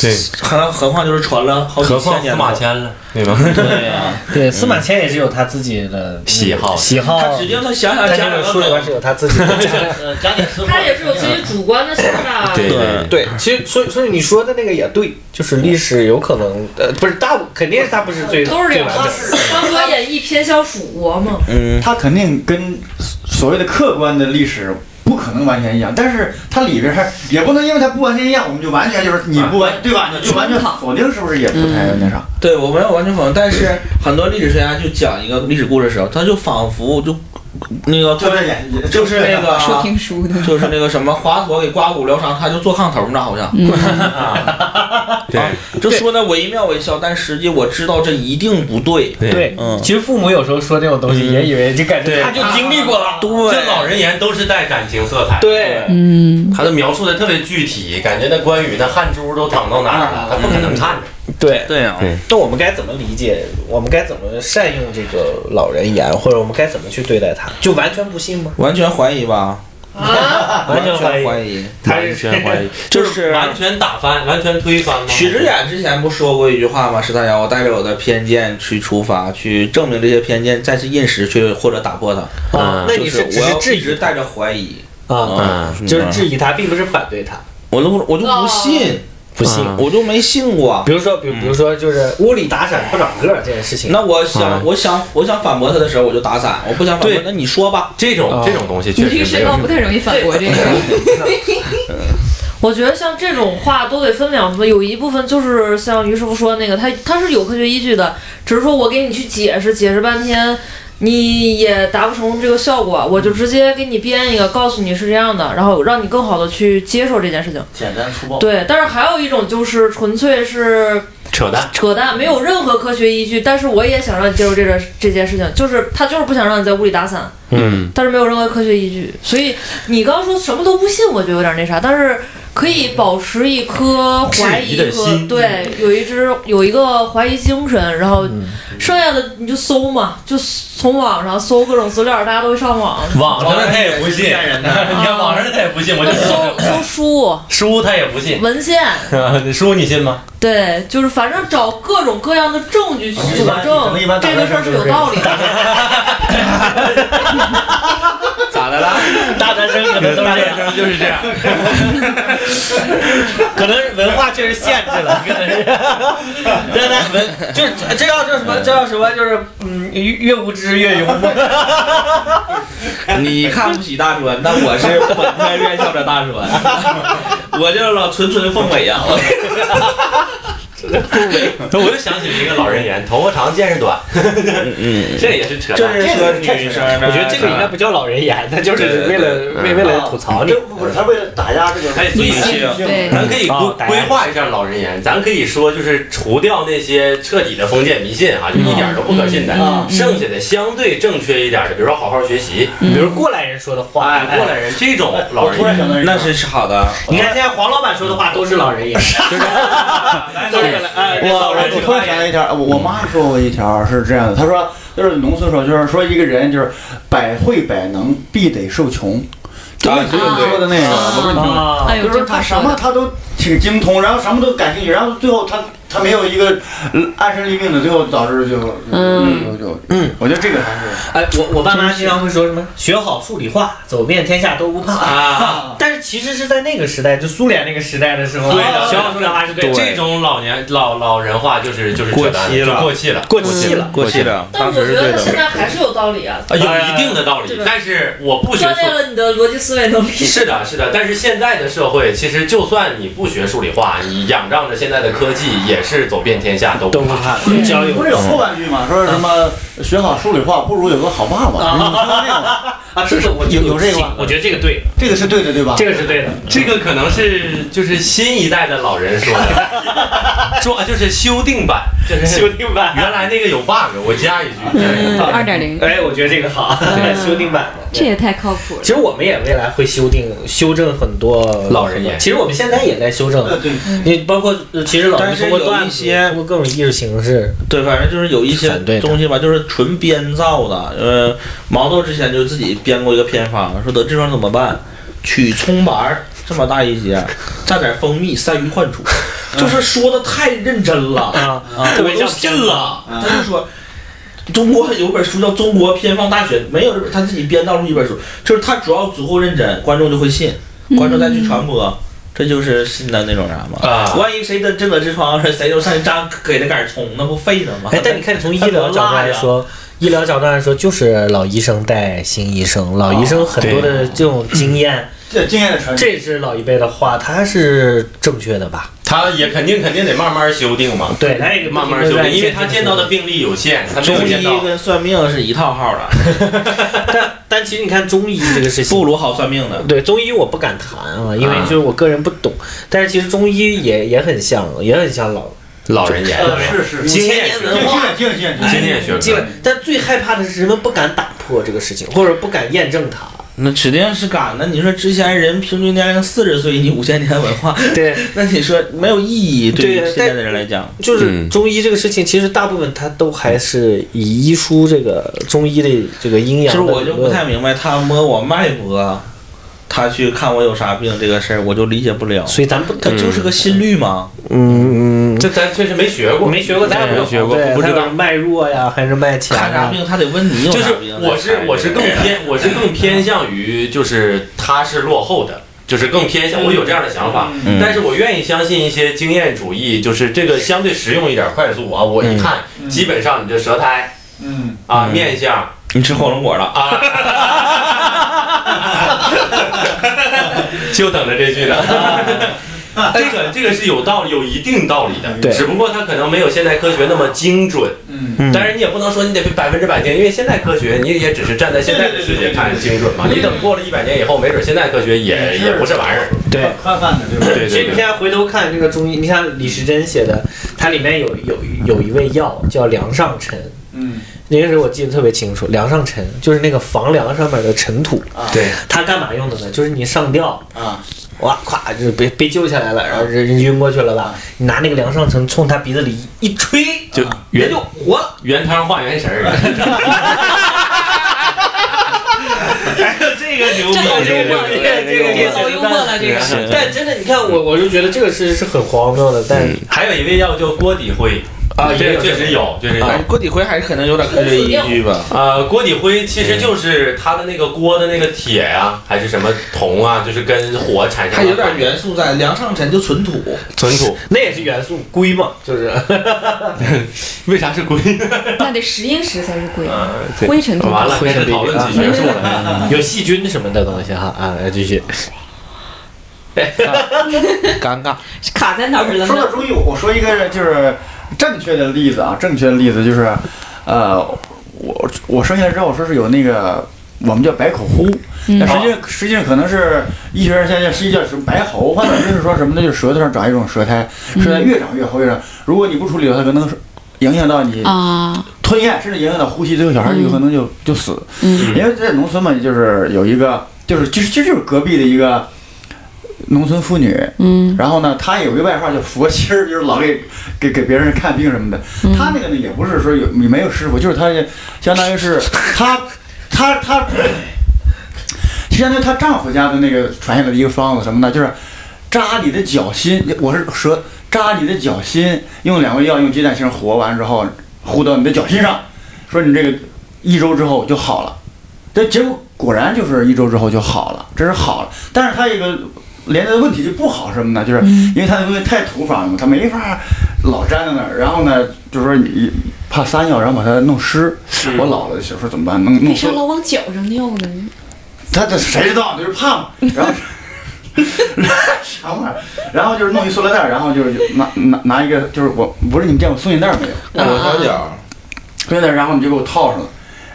[SPEAKER 3] 对
[SPEAKER 6] 何何况就是传了好
[SPEAKER 3] 何
[SPEAKER 6] 几
[SPEAKER 3] 况
[SPEAKER 6] 千
[SPEAKER 3] 司
[SPEAKER 6] 年
[SPEAKER 3] 马
[SPEAKER 6] 了，
[SPEAKER 3] 迁了，对吧？
[SPEAKER 6] 对呀、
[SPEAKER 2] 对，司马迁也是有他自己的嗯
[SPEAKER 3] 嗯喜好
[SPEAKER 2] 喜好，
[SPEAKER 6] 他指定他想想
[SPEAKER 2] 但
[SPEAKER 6] 加
[SPEAKER 2] 这本
[SPEAKER 6] 两个
[SPEAKER 2] 书里边
[SPEAKER 6] 梗
[SPEAKER 2] 是有他自己 的加了
[SPEAKER 6] 呃加点私货，
[SPEAKER 1] 他也是有自己主观的想法。
[SPEAKER 3] 对
[SPEAKER 6] 对
[SPEAKER 2] 对，其实所以所以你说的那个也对，就是历史有可能，呃，不是大部肯定是它不是最
[SPEAKER 1] 都是这
[SPEAKER 2] 最
[SPEAKER 1] 样
[SPEAKER 2] 完整的。
[SPEAKER 1] 《三国演义》偏向蜀国嘛，
[SPEAKER 6] 嗯，
[SPEAKER 5] 他肯定跟所谓的客观的历史。不可能完全一样，但是它里边儿也不能因为它不完全一样，我们就完全就是你不完对吧？你就完全否定是不是也不太那啥？
[SPEAKER 6] 对我没有完全否认，但是很多历史学家就讲一个历史故事的时候，他就仿佛就那个
[SPEAKER 5] 就这演
[SPEAKER 6] 就是那个
[SPEAKER 4] 说评书的，
[SPEAKER 2] 嗯
[SPEAKER 6] 就是那个什么华佗给刮骨疗伤，他就做炕头呢，好像
[SPEAKER 4] 嗯，
[SPEAKER 3] 对
[SPEAKER 6] 啊，就说的惟妙惟肖，但实际我知道这一定不对。
[SPEAKER 2] 对，
[SPEAKER 6] 嗯
[SPEAKER 2] 其实父母有时候说这种东西，也以为就感觉
[SPEAKER 3] 对
[SPEAKER 2] 他就经历过了，
[SPEAKER 6] 对
[SPEAKER 3] 这老人言都是带感情色彩的。
[SPEAKER 2] 对，
[SPEAKER 4] 嗯，
[SPEAKER 3] 他都描述的特别具体，感觉那关羽那汗珠都淌到哪儿了，他不可能看着。
[SPEAKER 2] 对。
[SPEAKER 6] 对啊，
[SPEAKER 2] 那我们该怎么理解？我们该怎么善用这个老人言，或者我们该怎么去对待他？就完全不信吗？
[SPEAKER 6] 完全怀疑吧， 完
[SPEAKER 2] 全怀疑
[SPEAKER 6] 怀疑，
[SPEAKER 2] 他
[SPEAKER 3] 完全怀 疑，
[SPEAKER 6] 就是
[SPEAKER 3] 完全打翻，完全推翻吗？
[SPEAKER 6] 许知远之前不说过一句话吗？石大姚，我带着我的偏见去出发，去证明这些偏见，再去印实去或者打破它。
[SPEAKER 2] 啊
[SPEAKER 3] 嗯，
[SPEAKER 2] 那
[SPEAKER 6] 就
[SPEAKER 2] 你
[SPEAKER 6] 是
[SPEAKER 2] 只
[SPEAKER 6] 我
[SPEAKER 2] 是
[SPEAKER 6] 要
[SPEAKER 2] 质
[SPEAKER 6] 一直
[SPEAKER 2] 疑他
[SPEAKER 6] 带着怀疑，
[SPEAKER 2] 啊，
[SPEAKER 3] 啊
[SPEAKER 6] 嗯
[SPEAKER 2] 就是质疑他，并不是反对他，
[SPEAKER 6] 我都不我就不信，
[SPEAKER 2] 不信。
[SPEAKER 3] 啊
[SPEAKER 6] 我就没信过。
[SPEAKER 2] 比如说，比如比如说，就是屋里打伞不长个儿这件事情，
[SPEAKER 6] 那我想
[SPEAKER 3] 啊，
[SPEAKER 6] 我想，我想反驳他的时候，我就打伞；我不想反驳
[SPEAKER 3] 对，
[SPEAKER 6] 那你 说吧。
[SPEAKER 3] 这种这种东西
[SPEAKER 7] 你这
[SPEAKER 3] 确
[SPEAKER 7] 个
[SPEAKER 3] 实没
[SPEAKER 7] 身高
[SPEAKER 4] 哦
[SPEAKER 3] 有
[SPEAKER 7] 不。太容易反驳这个。
[SPEAKER 1] 我觉得像这种话都得分两部分，有一部分就是像于师傅说的那个，他他是有科学依据的，只是说我给你去解释，解释半天。你也达不成这个效果，我就直接给你编一个，告诉你是这样的，然后让你更好的去接受这件事情。
[SPEAKER 6] 简单粗暴。
[SPEAKER 1] 对，但是还有一种就是纯粹是
[SPEAKER 3] 扯淡，
[SPEAKER 1] 扯淡，没有任何科学依据，但是我也想让你接受这个这件事情，就是他就是不想让你在屋里打伞，
[SPEAKER 3] 嗯，
[SPEAKER 1] 但是没有任何科学依据，所以你刚说什么都不信，我觉得有点那啥，但是可以保持一颗怀疑
[SPEAKER 3] 质疑的
[SPEAKER 1] 和
[SPEAKER 3] 心
[SPEAKER 1] 对，有一只有一个怀疑精神，然后剩下的你就搜嘛，就从网上搜各种资料，大家都会上网，
[SPEAKER 3] 网上的他也不 信，
[SPEAKER 6] 骗人
[SPEAKER 3] 你
[SPEAKER 6] 的
[SPEAKER 3] 看网上的他也不信，我就
[SPEAKER 1] 那 搜搜书、
[SPEAKER 3] 书他也不 信，
[SPEAKER 1] 文献，
[SPEAKER 3] 啊书你信吗？
[SPEAKER 1] 对，就是反正找各种各样的证据去佐证
[SPEAKER 2] 一般
[SPEAKER 1] 这个事儿是有道理的。
[SPEAKER 6] 咋的了？
[SPEAKER 2] 大男生可能都是这样，
[SPEAKER 3] 就是这样，
[SPEAKER 2] 可能文化确实限制 了，可能是。
[SPEAKER 6] 让他闻
[SPEAKER 2] 就是这叫叫什么？这叫什么？就是嗯，越越无知越勇猛。
[SPEAKER 6] 你看不起大专，但 我是本科院校的大专， 我就是老纯纯凤尾啊 呀。我
[SPEAKER 3] 我就想起了一个老人言：头发长见识短，
[SPEAKER 6] 嗯，
[SPEAKER 3] 这也是扯
[SPEAKER 6] 就
[SPEAKER 3] 淡。
[SPEAKER 6] 是说女生呢，
[SPEAKER 2] 我觉得这个应该不叫老人言，他就是为了为为
[SPEAKER 3] 嗯
[SPEAKER 2] 了吐槽你
[SPEAKER 5] 这。不是他为了打压这个
[SPEAKER 3] 哎，所以
[SPEAKER 6] 女
[SPEAKER 3] 其实
[SPEAKER 6] 性
[SPEAKER 7] 对
[SPEAKER 3] 咱可以规
[SPEAKER 2] 哦大家
[SPEAKER 3] 规划一下老人言，咱可以说就是除掉那些彻底的封建迷信啊，就一点都不可信的，
[SPEAKER 6] 嗯
[SPEAKER 3] 剩下的相对正确一点的，比如说好好学习，
[SPEAKER 2] 比如过来人说的话，
[SPEAKER 3] 哎，过来人这种老人
[SPEAKER 5] 突然
[SPEAKER 3] 言，
[SPEAKER 5] 想到一个
[SPEAKER 6] 那是好的。
[SPEAKER 2] 你看现在黄老板说的话都是老人言，都 是哎
[SPEAKER 5] 我我我突然想到一条，我我妈说过一条是这样的，她说就是农村说，就是说一个人就是百会百能必得受穷，就
[SPEAKER 6] 啊
[SPEAKER 5] 是你说的那个，我说你听过
[SPEAKER 2] 啊
[SPEAKER 4] 哎呦，
[SPEAKER 5] 就是
[SPEAKER 4] 这
[SPEAKER 5] 说他
[SPEAKER 4] 话
[SPEAKER 5] 什
[SPEAKER 4] 说
[SPEAKER 5] 么
[SPEAKER 4] 的，
[SPEAKER 5] 他都挺精通，然后什么都感兴趣，然后最后他他没有一个呃安身立命的，最后导致就就就就
[SPEAKER 6] 嗯，
[SPEAKER 5] 我觉得这个还是
[SPEAKER 2] 哎，我我爸妈经常会说什么学好数理化，走遍天下都不怕啊。 但是其实是在那个时代，就苏联那个时代的时候，
[SPEAKER 3] 对的
[SPEAKER 2] 学好数理化是对的。
[SPEAKER 3] 这种老年老老人话就是就是
[SPEAKER 6] 过
[SPEAKER 3] 扯淡
[SPEAKER 6] 期
[SPEAKER 3] 就
[SPEAKER 6] 了
[SPEAKER 3] 过气了，
[SPEAKER 2] 过气了，
[SPEAKER 6] 过去的，
[SPEAKER 1] 但我觉得他现在还是有道理啊，
[SPEAKER 6] 哎
[SPEAKER 3] 啊，有一定的道理
[SPEAKER 1] 对吧，
[SPEAKER 3] 但是我不学
[SPEAKER 1] 锻
[SPEAKER 3] 数
[SPEAKER 1] 炼。了你的逻辑思维能力。
[SPEAKER 3] 是的，是的，但是现在的社会，其实就算你不学数理化，你仰仗着现在的科技，也是走遍天下都不
[SPEAKER 2] 都不
[SPEAKER 3] 怕。
[SPEAKER 2] 怕交友
[SPEAKER 5] 不是有后半句嘛，说什么学好数理化不如有个好爸嗯爸，你听过这个吗？
[SPEAKER 2] 啊， 这个嗯我
[SPEAKER 5] 有有这个
[SPEAKER 2] 信
[SPEAKER 5] 吗
[SPEAKER 2] 我觉得这个对，
[SPEAKER 5] 这个是对的对吧？
[SPEAKER 2] 这个是对的。
[SPEAKER 3] 这个可能是就是新一代的老人说的， 说就是修订版，就是
[SPEAKER 2] 修订版，
[SPEAKER 3] 原来那个有 bug，我加一句，加一
[SPEAKER 4] 嗯，
[SPEAKER 3] 句
[SPEAKER 4] 二点零，
[SPEAKER 2] 哎，我觉得这个好，
[SPEAKER 4] 对
[SPEAKER 2] 修订版的。
[SPEAKER 4] 这也太靠谱了
[SPEAKER 2] 其。实我们也未来会修订、修正很多
[SPEAKER 3] 老人言
[SPEAKER 2] 其实我们现在也在修 正，
[SPEAKER 5] 呃对，
[SPEAKER 2] 你包括呃其实老人
[SPEAKER 6] 但是
[SPEAKER 2] 通过
[SPEAKER 6] 有
[SPEAKER 2] 段
[SPEAKER 6] 一
[SPEAKER 2] 子
[SPEAKER 6] 些
[SPEAKER 2] 通过各种意识形式，
[SPEAKER 6] 对，反正就是有一些
[SPEAKER 2] 反对的
[SPEAKER 6] 东西吧，就是纯编造的。呃，毛豆之前就自己编过一个偏方，说得痔疮怎么办？取葱白儿这么大一节，榨点蜂蜜，散于患处。 就是说的太认真了
[SPEAKER 2] 啊
[SPEAKER 6] 我
[SPEAKER 2] 特别
[SPEAKER 6] 都
[SPEAKER 2] 像
[SPEAKER 6] 信了。
[SPEAKER 5] 偏方
[SPEAKER 6] 他就说。中国有本书叫《中国偏方大全》，没有这本他自己编造出一本书，就是他只要足够认真，观众就会信，观众再去传播，这就是新的那种啥嘛。
[SPEAKER 3] 啊。
[SPEAKER 6] 万一谁得真得痔疮，说谁就上去扎给他杆儿冲，那不废了吗？
[SPEAKER 2] 哎，但你看从医疗角度来说。医疗角度来说，就是老医生带新医生，老医生很多的这种经验，
[SPEAKER 5] 这经验的传承。
[SPEAKER 2] 这是老一辈的话，他是正确的吧？
[SPEAKER 3] 他也肯定肯定得慢慢修订嘛，
[SPEAKER 2] 对，他也
[SPEAKER 3] 慢慢修订，因为他见到的病例有限，他没有
[SPEAKER 6] 中
[SPEAKER 3] 见
[SPEAKER 6] 医
[SPEAKER 3] 到。
[SPEAKER 6] 跟算命是一套号的，
[SPEAKER 2] 但但其实你看中医这个事情
[SPEAKER 6] 不，如好算命的。
[SPEAKER 2] 对中医我不敢谈啊，因为
[SPEAKER 3] 啊
[SPEAKER 2] 就是我个人不懂。但是其实中医也也很像，也很像老
[SPEAKER 3] 老人研
[SPEAKER 2] 呃
[SPEAKER 3] 究，
[SPEAKER 5] 是是，
[SPEAKER 3] 经验
[SPEAKER 2] 千
[SPEAKER 3] 学
[SPEAKER 2] 年
[SPEAKER 5] 敬
[SPEAKER 2] 文化。
[SPEAKER 5] 业敬业敬
[SPEAKER 3] 经
[SPEAKER 5] 业，
[SPEAKER 3] 验学
[SPEAKER 2] 基本
[SPEAKER 3] 科，，
[SPEAKER 2] 但最害怕的是人们不敢打破这个事情，或者不敢验证它。
[SPEAKER 6] 那指定是敢的。你说之前人平均年龄四十岁，你五千年文化，
[SPEAKER 2] 对，
[SPEAKER 6] 那你说没有意义？对于
[SPEAKER 2] 对
[SPEAKER 6] 现在的人来讲，
[SPEAKER 2] 就是
[SPEAKER 8] 嗯
[SPEAKER 2] 中医这个事情，其实大部分它都还是以医书这个中医的这个阴
[SPEAKER 6] 其
[SPEAKER 2] 阳
[SPEAKER 6] 实
[SPEAKER 2] 的理
[SPEAKER 6] 我
[SPEAKER 2] 论。
[SPEAKER 6] 就不太明白，他摸我脉搏，啊他去看我有啥病这个事儿，我就理解不了。
[SPEAKER 2] 所以咱不，
[SPEAKER 6] 他就是个心率嘛，
[SPEAKER 2] 嗯嗯，
[SPEAKER 3] 这咱确实没学过，
[SPEAKER 2] 没学过，咱也
[SPEAKER 3] 没学过
[SPEAKER 2] 对，
[SPEAKER 3] 不知
[SPEAKER 2] 它
[SPEAKER 3] 道
[SPEAKER 2] 有。脉弱呀，还是脉强
[SPEAKER 6] 看啥
[SPEAKER 2] 啊？
[SPEAKER 6] 病他得问你有
[SPEAKER 3] 就是
[SPEAKER 6] 啥病。
[SPEAKER 3] 我是我是更偏我是更偏向于就是他是落后的，就是更偏向我有这样的想法，
[SPEAKER 6] 嗯
[SPEAKER 3] 但是我愿意相信一些经验主义，就是这个相对实用一点、快速啊。我一看，基本上你这舌苔
[SPEAKER 5] 嗯，
[SPEAKER 3] 啊、面相
[SPEAKER 6] 你吃火龙果了，
[SPEAKER 3] 啊，就等着这 句呢。这个这个是有道理，有一定道理的，
[SPEAKER 2] 对
[SPEAKER 3] 只不过它可能没有现代科学那么精准。
[SPEAKER 5] 嗯，
[SPEAKER 3] 但是你也不能说你得百分之百精，因为现代科学你也只是站在现在的世界看精准嘛。你等过了一百年以后，没准现代科学也也不是玩意儿。
[SPEAKER 2] 对。
[SPEAKER 5] 宽泛的对吧？
[SPEAKER 3] 对
[SPEAKER 2] 其实
[SPEAKER 3] 对
[SPEAKER 2] 你现
[SPEAKER 3] 对，
[SPEAKER 2] 在回头看这个中医，你看李时珍写的，它里面有有有一味药叫梁上尘，
[SPEAKER 5] 嗯，
[SPEAKER 2] 那个时候我记得特别清楚，梁上尘就是那个房梁上面的尘土，
[SPEAKER 6] 啊
[SPEAKER 3] 对，
[SPEAKER 2] 它干嘛用的呢？就是你上吊
[SPEAKER 5] 啊，
[SPEAKER 2] 哇，咵就被被救下来了，然后人人晕过去了吧？你拿那个梁上尘冲他鼻子里一一吹，
[SPEAKER 3] 就
[SPEAKER 2] 人
[SPEAKER 3] 原
[SPEAKER 2] 就活了。
[SPEAKER 3] 原汤化原食儿，
[SPEAKER 6] 这个牛
[SPEAKER 4] 这好幽默，
[SPEAKER 2] 这
[SPEAKER 4] 这
[SPEAKER 2] 个这
[SPEAKER 4] 个
[SPEAKER 2] 个
[SPEAKER 4] 这个好幽默了，这个
[SPEAKER 3] 是
[SPEAKER 2] 但真的，你看我，我就觉得这个事是很荒谬的，但
[SPEAKER 3] 还有一味药叫锅底灰
[SPEAKER 2] 啊也
[SPEAKER 3] 这
[SPEAKER 2] 有
[SPEAKER 3] 个确实有，确实有。
[SPEAKER 6] 哎锅底灰还是可能有点科学依据吧。
[SPEAKER 3] 呃，锅底灰其实就是它的那个锅的那个铁呀、还是什么铜啊，就是跟火产生
[SPEAKER 6] 它
[SPEAKER 3] 了
[SPEAKER 6] 有点元素在，梁上尘就纯土，
[SPEAKER 3] 存储。
[SPEAKER 2] 那也是元素硅嘛，就是
[SPEAKER 3] 为啥是龟？
[SPEAKER 4] 那得实验室才是贵，
[SPEAKER 3] 嗯，
[SPEAKER 4] 灰尘土。
[SPEAKER 3] 完了，开始讨论起学术了。
[SPEAKER 2] 有细菌什么的东西哈啊，来继续。
[SPEAKER 6] 尴尬。
[SPEAKER 4] 卡在哪儿了
[SPEAKER 5] 说到
[SPEAKER 4] 呢？
[SPEAKER 5] 中医，我我说一个就是正确的例子啊，正确的例子就是，呃，我我生下来之后，我说是有那个我们叫白口呼，
[SPEAKER 4] 嗯
[SPEAKER 5] 但实际上实际上可能是医学上现在西医叫什么白喉，或者就是说什么呢，就是舌头上长一种舌苔，舌
[SPEAKER 4] 嗯
[SPEAKER 5] 苔越长越厚越长，如果你不处理的话，可能是影响到你
[SPEAKER 4] 啊，
[SPEAKER 5] 吞咽，甚至影响到呼吸，最后小孩有可能就就死。
[SPEAKER 4] 嗯
[SPEAKER 5] 因为在农村嘛，就是有一个，就是其实其实就是隔壁的一个农村妇女，
[SPEAKER 4] 嗯
[SPEAKER 5] 然后呢，她有一个外号叫佛心儿，就是老给给给别人看病什么的。她那个呢，也不是说有没有师傅，就是她相当于是她她她，相当于她丈夫家的那个传下来的一个方子什么呢？就是扎你的脚心，我是说扎你的脚心，用两味药用鸡蛋清和完之后糊到你的脚心上，说你这个一周之后就好了。这结果果然就是一周之后就好了，这是好了。但是它有一个连带的问题就不好什么呢？就是因为它的东西太土法了嘛，它没法老粘在那儿。然后呢，就说你怕撒尿，然后把它弄湿。我姥姥小时候怎么办？弄弄
[SPEAKER 4] 为
[SPEAKER 5] 湿
[SPEAKER 4] 啥。老往脚上尿
[SPEAKER 3] 啊
[SPEAKER 4] 呢？
[SPEAKER 5] 他这谁知道？就是怕嘛。然后啥玩意儿？然后就是弄一塑料袋儿，然后就是拿拿拿一个，就是我不是你们见过松紧带儿没有？
[SPEAKER 6] 我小脚，
[SPEAKER 5] 对的，然后你就给我套上了。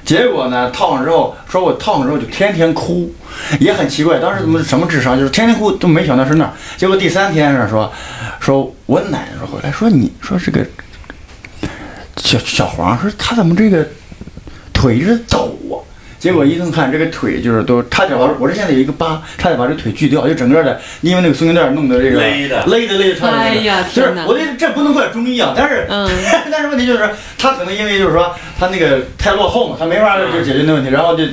[SPEAKER 5] 结果呢，套上之后，说我套上之后就天天哭，也很奇怪，当时怎么什么智商，就是天天哭都没想到是那儿。结果第三天是说，说我奶奶说回来说你说这个小小黄说他怎么这个腿一直抖啊？结果医生看这个腿就是都差点把我这现在有一个疤，差点把这腿锯掉，就整个的因为那个松紧带弄的这个
[SPEAKER 3] 勒的
[SPEAKER 5] 勒的勒的差点。
[SPEAKER 4] 哎呀
[SPEAKER 5] 就是
[SPEAKER 4] 天哪
[SPEAKER 5] 我这这不能怪中医啊，但是
[SPEAKER 4] 嗯，
[SPEAKER 5] 但是问题就是，他可能因为就是说他那个太落后嘛，他没法就解决那问题，然后就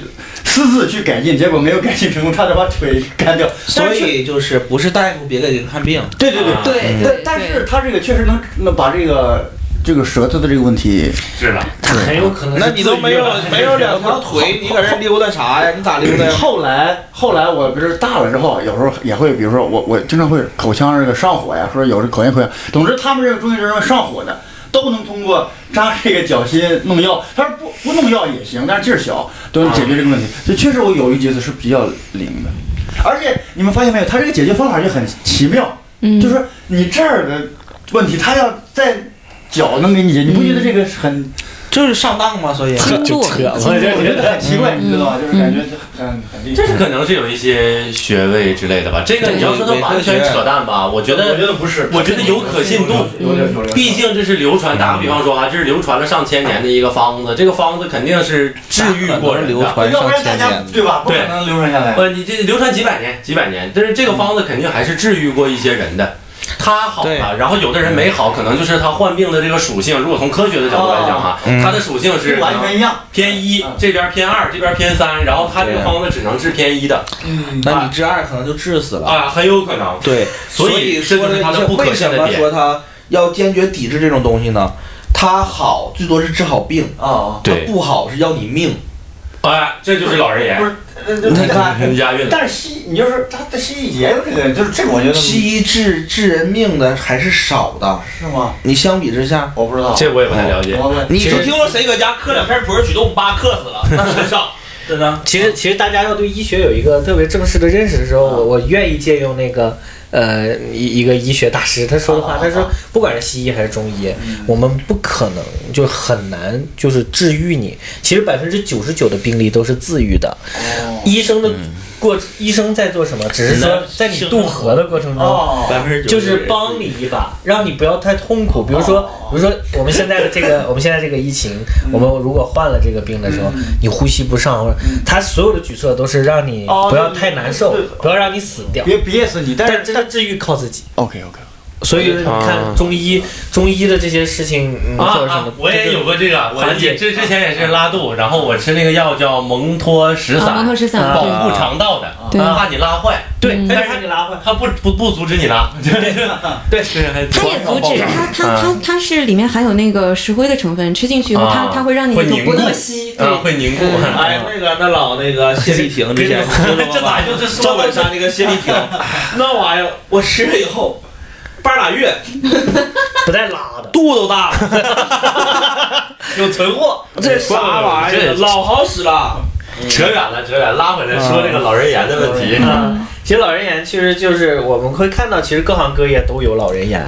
[SPEAKER 5] 私自去改进，结果没有改进成功，差点把腿干掉。
[SPEAKER 6] 所以就是不是大夫别给人看病，
[SPEAKER 5] 但是，对对对，
[SPEAKER 3] 啊
[SPEAKER 4] 对
[SPEAKER 5] 但但是他这个确实能能把这个这个舌头的这个问题，
[SPEAKER 3] 是了，
[SPEAKER 2] 它很有可能是
[SPEAKER 6] 那你都没有没有两条腿，你搁这溜达啥呀？你咋溜达呀？
[SPEAKER 5] 后来后来我不是大了之后，有时候也会，比如说我我经常会口腔这个上火呀，说有这口咽溃疡，总之他们这个中医认为上火的。都能通过扎这个脚心弄药，他说不不弄药也行，但是劲儿小都能解决这个问题。就确实我有一节子是比较灵的，而且你们发现没有，他这个解决方法就很奇妙，
[SPEAKER 4] 嗯，
[SPEAKER 5] 就是你这儿的问题，他要在脚能给你解，你不觉得这个是
[SPEAKER 3] 嗯
[SPEAKER 5] 很
[SPEAKER 6] 就是上当嘛， 所以
[SPEAKER 4] 经
[SPEAKER 2] 就
[SPEAKER 4] 络
[SPEAKER 2] 扯 了，
[SPEAKER 5] 我觉得我觉得很奇怪，你知道吧？就是感觉很很厉害。
[SPEAKER 3] 这可能是有一些穴位之类的吧。这个你要说它完全扯淡吧，我觉
[SPEAKER 5] 我
[SPEAKER 3] 得
[SPEAKER 5] 觉得不是，
[SPEAKER 3] 我觉得有可信度。
[SPEAKER 5] 有点有点。
[SPEAKER 3] 毕竟这是流传，打个比方说啊，这是流传了上千年的一个方子，这个方子肯定是治愈过人
[SPEAKER 6] 流
[SPEAKER 3] 的。
[SPEAKER 6] 传
[SPEAKER 5] 要
[SPEAKER 6] 上
[SPEAKER 5] 不然大
[SPEAKER 6] 千
[SPEAKER 5] 家
[SPEAKER 6] 年，
[SPEAKER 5] 对吧？不可
[SPEAKER 3] 对
[SPEAKER 5] 能流传下来。
[SPEAKER 3] 呃，你这流传几百年，几百年，但是这个方子肯定还是治愈过一些人的。他好啊
[SPEAKER 6] 对
[SPEAKER 3] 了，然后有的人没好，可能就是他患病的这个属性。如果从科学的角度来讲哈，
[SPEAKER 6] 嗯
[SPEAKER 3] 他的属性是
[SPEAKER 5] 不完全一样，
[SPEAKER 3] 偏一
[SPEAKER 5] 嗯，
[SPEAKER 3] 这边偏二，这边偏三，然后他这个方子只能治偏一的
[SPEAKER 5] 嗯，
[SPEAKER 6] 那你治二可能就治死了。
[SPEAKER 3] 啊，很有可能。
[SPEAKER 6] 对，
[SPEAKER 3] 所
[SPEAKER 6] 所
[SPEAKER 3] 以
[SPEAKER 6] 说
[SPEAKER 3] 这就是它的
[SPEAKER 6] 些
[SPEAKER 3] 不可
[SPEAKER 6] 为
[SPEAKER 3] 信
[SPEAKER 6] 什
[SPEAKER 3] 的
[SPEAKER 6] 么
[SPEAKER 3] 点
[SPEAKER 6] 说他要坚决抵制这种东西呢？它好最多是治好病，
[SPEAKER 5] 啊，
[SPEAKER 6] 它
[SPEAKER 3] 对
[SPEAKER 6] 不好是要你命。
[SPEAKER 3] 哎，这就是老人
[SPEAKER 5] 不
[SPEAKER 3] 言，
[SPEAKER 5] 是，那就你看，
[SPEAKER 3] 押韵。
[SPEAKER 5] 但是西，你就是他的西医也有这个，就是这个，我觉得
[SPEAKER 6] 西医治治人命的还是少的，
[SPEAKER 5] 是吗？
[SPEAKER 6] 你相比之下，
[SPEAKER 5] 我不知道，
[SPEAKER 3] 这我也不太了解。
[SPEAKER 5] 我问
[SPEAKER 6] 你
[SPEAKER 2] 其
[SPEAKER 6] 就
[SPEAKER 2] 实
[SPEAKER 6] 听
[SPEAKER 2] 听
[SPEAKER 6] 说谁搁家嗑两片普洱曲动，妈嗑 死了，那身上。
[SPEAKER 2] 真的。其实其实大家要对医学有一个特别正式的认识的时候，我我愿意借用那个呃一一个医学大师他说的话，他说不管是西医还是中医，我们不可能就很难就是治愈你。其实百分之九十九的病例都是自愈的，医生的过医生在做什么？只是说在嗯你渡河的过程中。
[SPEAKER 5] 哦，
[SPEAKER 6] 百分之
[SPEAKER 2] 就是帮你一把，让你不要太痛苦。比如说，比如说我们现在的这个， 我们现在这个疫情，我们如果患了这个病的时候，你呼吸不上，或者他所有的举措都是让你
[SPEAKER 5] 哦
[SPEAKER 2] 不要太难受
[SPEAKER 5] 对对，
[SPEAKER 2] 不要让你死掉。
[SPEAKER 5] 别憋死你，但
[SPEAKER 2] 但
[SPEAKER 5] 是
[SPEAKER 2] 真的治愈靠自己，
[SPEAKER 5] OK OK，
[SPEAKER 2] 所以你啊看中医，中医的这些事情，嗯，
[SPEAKER 3] 啊
[SPEAKER 2] 或者什
[SPEAKER 3] 啊
[SPEAKER 2] 么，，
[SPEAKER 3] 我也有过这个，我
[SPEAKER 2] 缓解
[SPEAKER 3] 也这之前也是拉肚，然后我吃那个药叫蒙脱石
[SPEAKER 4] 啊，
[SPEAKER 3] 散，
[SPEAKER 4] 蒙脱石散，
[SPEAKER 2] 啊
[SPEAKER 4] 对
[SPEAKER 3] 保护肠道的，
[SPEAKER 4] 对
[SPEAKER 3] 怕你拉坏，
[SPEAKER 2] 对，
[SPEAKER 4] 嗯
[SPEAKER 2] 但
[SPEAKER 3] 但
[SPEAKER 2] 是
[SPEAKER 3] 是
[SPEAKER 2] 你拉回来，
[SPEAKER 3] 它不不不阻止你拉，对，是还
[SPEAKER 4] 它也阻止它，它它它是里面含有那个石灰的成分，吃进去以后，它
[SPEAKER 3] 啊
[SPEAKER 4] 它会让你
[SPEAKER 3] 会
[SPEAKER 4] 不
[SPEAKER 3] 凝固
[SPEAKER 4] 乐吸，对，
[SPEAKER 3] 啊，会凝固。
[SPEAKER 6] 哎，那个那老 那个谢丽婷之前，
[SPEAKER 3] 这咋就是说
[SPEAKER 6] 赵本山那个谢 丽婷，那玩意儿我吃了以后，半拉月
[SPEAKER 2] 不带拉的。
[SPEAKER 6] 肚都大了，有存货，这啥玩意
[SPEAKER 3] 这
[SPEAKER 6] 儿？老好使了。
[SPEAKER 3] 扯远了，扯远了，拉回来说这个老人言的问题。
[SPEAKER 2] 啊，其实老人研其实就是我们会看到，其实各行各业都有老人研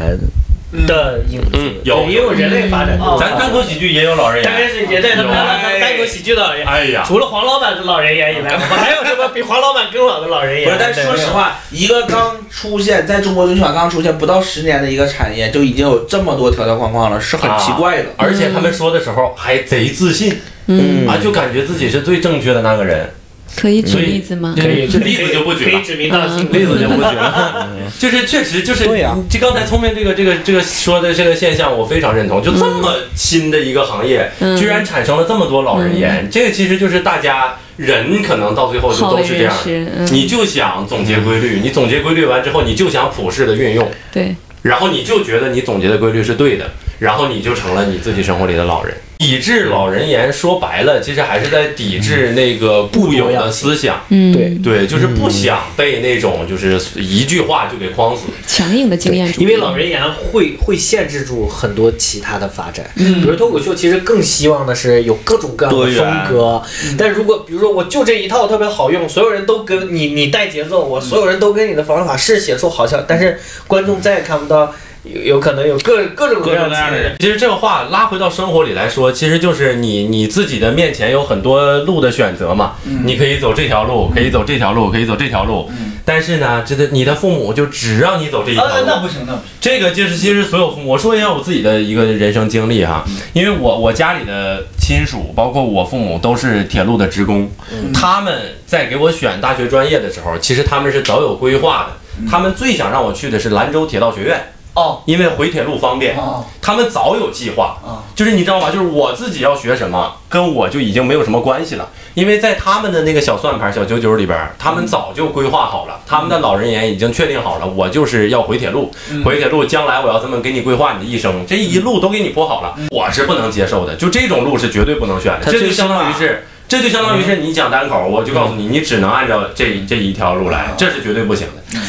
[SPEAKER 2] 的影子，
[SPEAKER 3] 嗯有
[SPEAKER 2] 对因为我人类发展
[SPEAKER 5] 嗯
[SPEAKER 2] 就是
[SPEAKER 3] 咱单口喜剧也有老人
[SPEAKER 2] 大概
[SPEAKER 3] 言，
[SPEAKER 2] 是也对他们
[SPEAKER 3] 有
[SPEAKER 2] 他们单口喜剧的老人研，
[SPEAKER 3] 哎
[SPEAKER 6] 啊
[SPEAKER 3] 呀，
[SPEAKER 2] 除了黄老板的老人研以外，我们还有什 么比黄老板更老的老人研？
[SPEAKER 6] 不是，但是说实话，一个刚出现在中国最起码刚出现不到十年的一个产业，就已经有这么多条条框框了，是很
[SPEAKER 3] 啊
[SPEAKER 6] 奇怪的。
[SPEAKER 3] 而且他们说的时候还贼自信
[SPEAKER 4] 嗯，
[SPEAKER 3] 啊，就感觉自己是最正确的那个人。
[SPEAKER 4] 可以举
[SPEAKER 3] 所以
[SPEAKER 4] 例子吗？
[SPEAKER 2] 可以
[SPEAKER 3] 例子就不举
[SPEAKER 2] 可
[SPEAKER 3] 了
[SPEAKER 2] 以。指名道姓。
[SPEAKER 3] 例子就不举了， 就是确实就是，
[SPEAKER 6] 对呀
[SPEAKER 3] 就刚才聪明这个这个这个说的这个现象，我非常认同。就这么新的一个行业，
[SPEAKER 4] 嗯
[SPEAKER 3] 居然产生了这么多老人言，这个其实就是大家人可能到最后就
[SPEAKER 4] 好
[SPEAKER 3] 都
[SPEAKER 4] 为
[SPEAKER 3] 是这
[SPEAKER 4] 人
[SPEAKER 3] 样的。
[SPEAKER 4] 师，嗯，
[SPEAKER 3] 你就想总结规律，你总结规律完之后，你就想普世的运用，
[SPEAKER 4] 对，
[SPEAKER 3] 然后你就觉得你总结的规律是对的，然后你就成了你自己生活里的老人。抵制老人言，说白了，其实还是在抵
[SPEAKER 6] 嗯
[SPEAKER 3] 制那个固有的思想。
[SPEAKER 4] 嗯，
[SPEAKER 2] 对，
[SPEAKER 3] 对，就是不想被那种就是一句话就给框死。
[SPEAKER 4] 强硬的经验主义，
[SPEAKER 2] 因为老人研会会限制住很多其他的发展，比
[SPEAKER 4] 嗯
[SPEAKER 2] 如脱口秀，其实更希望的是有各种各样的
[SPEAKER 6] 多元嗯
[SPEAKER 2] 风格。但如果比如说我就这一套特别好用，所有人都跟你你带节奏，
[SPEAKER 6] 嗯
[SPEAKER 2] 我所有人都跟你的方法是写出好像，但是观众再也看不到，有有可能有各各种
[SPEAKER 6] 各种各样
[SPEAKER 2] 样
[SPEAKER 6] 的人。
[SPEAKER 3] 其实这个话拉回到生活里来说，其实就是你你自己的面前有很多路的选择嘛，
[SPEAKER 5] 嗯
[SPEAKER 3] 你可以走这条路，可以走这条路，可以走这条路。但是呢，这个你的父母就只让你走这一条
[SPEAKER 5] 啊，
[SPEAKER 3] 路
[SPEAKER 5] 那，不行，那不行，
[SPEAKER 3] 这个就是其实所有父母，我说一下我自己的一个人生经历
[SPEAKER 5] 嗯
[SPEAKER 3] 哈，因为我我家里的亲属，包括我父母都是铁路的职工，
[SPEAKER 5] 嗯
[SPEAKER 3] 他们在给我选大学专业的时候，其实他们是早有规划
[SPEAKER 5] 嗯
[SPEAKER 3] 的，他们最想让我去的是兰州铁道学院，
[SPEAKER 5] 哦，
[SPEAKER 3] 因为回铁路方便，
[SPEAKER 5] 哦
[SPEAKER 3] 他们早有计划。
[SPEAKER 5] 哦，
[SPEAKER 3] 就是你知道吗？就是我自己要学什么，跟我就已经没有什么关系了，因为在他们的那个小算盘、小九九里边儿，他们早就规划好了，他们的老人眼已经确定好了，我就是要回铁路，回铁路将来我要这么给你规划你的一生，这一路都给你铺好了，我是不能接受的，就这种路是绝对不能选的，
[SPEAKER 6] 他
[SPEAKER 3] 嗯这
[SPEAKER 6] 最
[SPEAKER 3] 就相当于
[SPEAKER 6] 起码
[SPEAKER 3] 是。嗯这就相当于是你讲单口，我就告诉你，你只能按照这这一条路来，这是绝对不行的。啊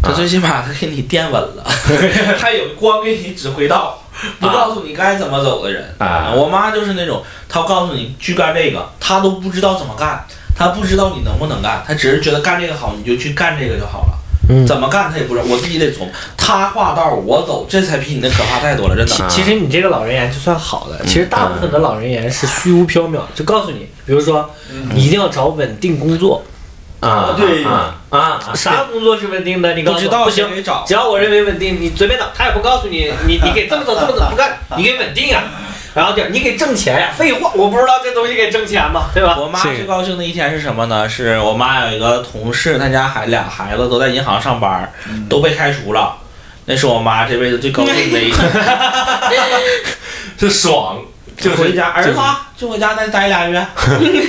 [SPEAKER 6] 他最起码他给你垫稳 了，还有光给你指挥道，不
[SPEAKER 3] 啊
[SPEAKER 6] 告诉你该怎么走的人。
[SPEAKER 3] 啊
[SPEAKER 6] 我妈就是那种，她告诉你去干这个，她都不知道怎么干，她不知道你能不能干，她只是觉得干这个好，你就去干这个就好了。
[SPEAKER 2] 嗯
[SPEAKER 6] 怎么干他也不知道，我自己得琢磨。他画道我走，这才比你那可怕太多了，真
[SPEAKER 3] 啊
[SPEAKER 6] 的。
[SPEAKER 2] 其实你这个老人言就算好的，其实大部分
[SPEAKER 6] 嗯
[SPEAKER 2] 的老人言是虚无缥缈的，就告诉你，比如说
[SPEAKER 6] 嗯
[SPEAKER 2] 你一定要找稳定工作
[SPEAKER 3] 啊，
[SPEAKER 5] 对
[SPEAKER 3] 啊啊，
[SPEAKER 2] 啥工作是稳定的？你告
[SPEAKER 6] 不
[SPEAKER 2] 诉
[SPEAKER 6] 知
[SPEAKER 2] 我
[SPEAKER 6] 道
[SPEAKER 2] 不行
[SPEAKER 6] 谁，给找，
[SPEAKER 2] 只要我认为稳定，你随便找，他也不告诉你，你你给这么走这么走不干，你给稳定呀、啊然后就你给挣钱呀、废话，我不知道这东西给挣钱吗？对吧？
[SPEAKER 6] 我妈最高兴的一天是什么呢？是我妈有一个同事，她家孩俩孩子都在银行上班儿，都被开除了。那是我妈这辈子最高兴的一天，
[SPEAKER 3] 这爽，就
[SPEAKER 6] 就是回家儿
[SPEAKER 3] 就
[SPEAKER 6] 子
[SPEAKER 3] 是
[SPEAKER 6] 啊就回家再待俩 月，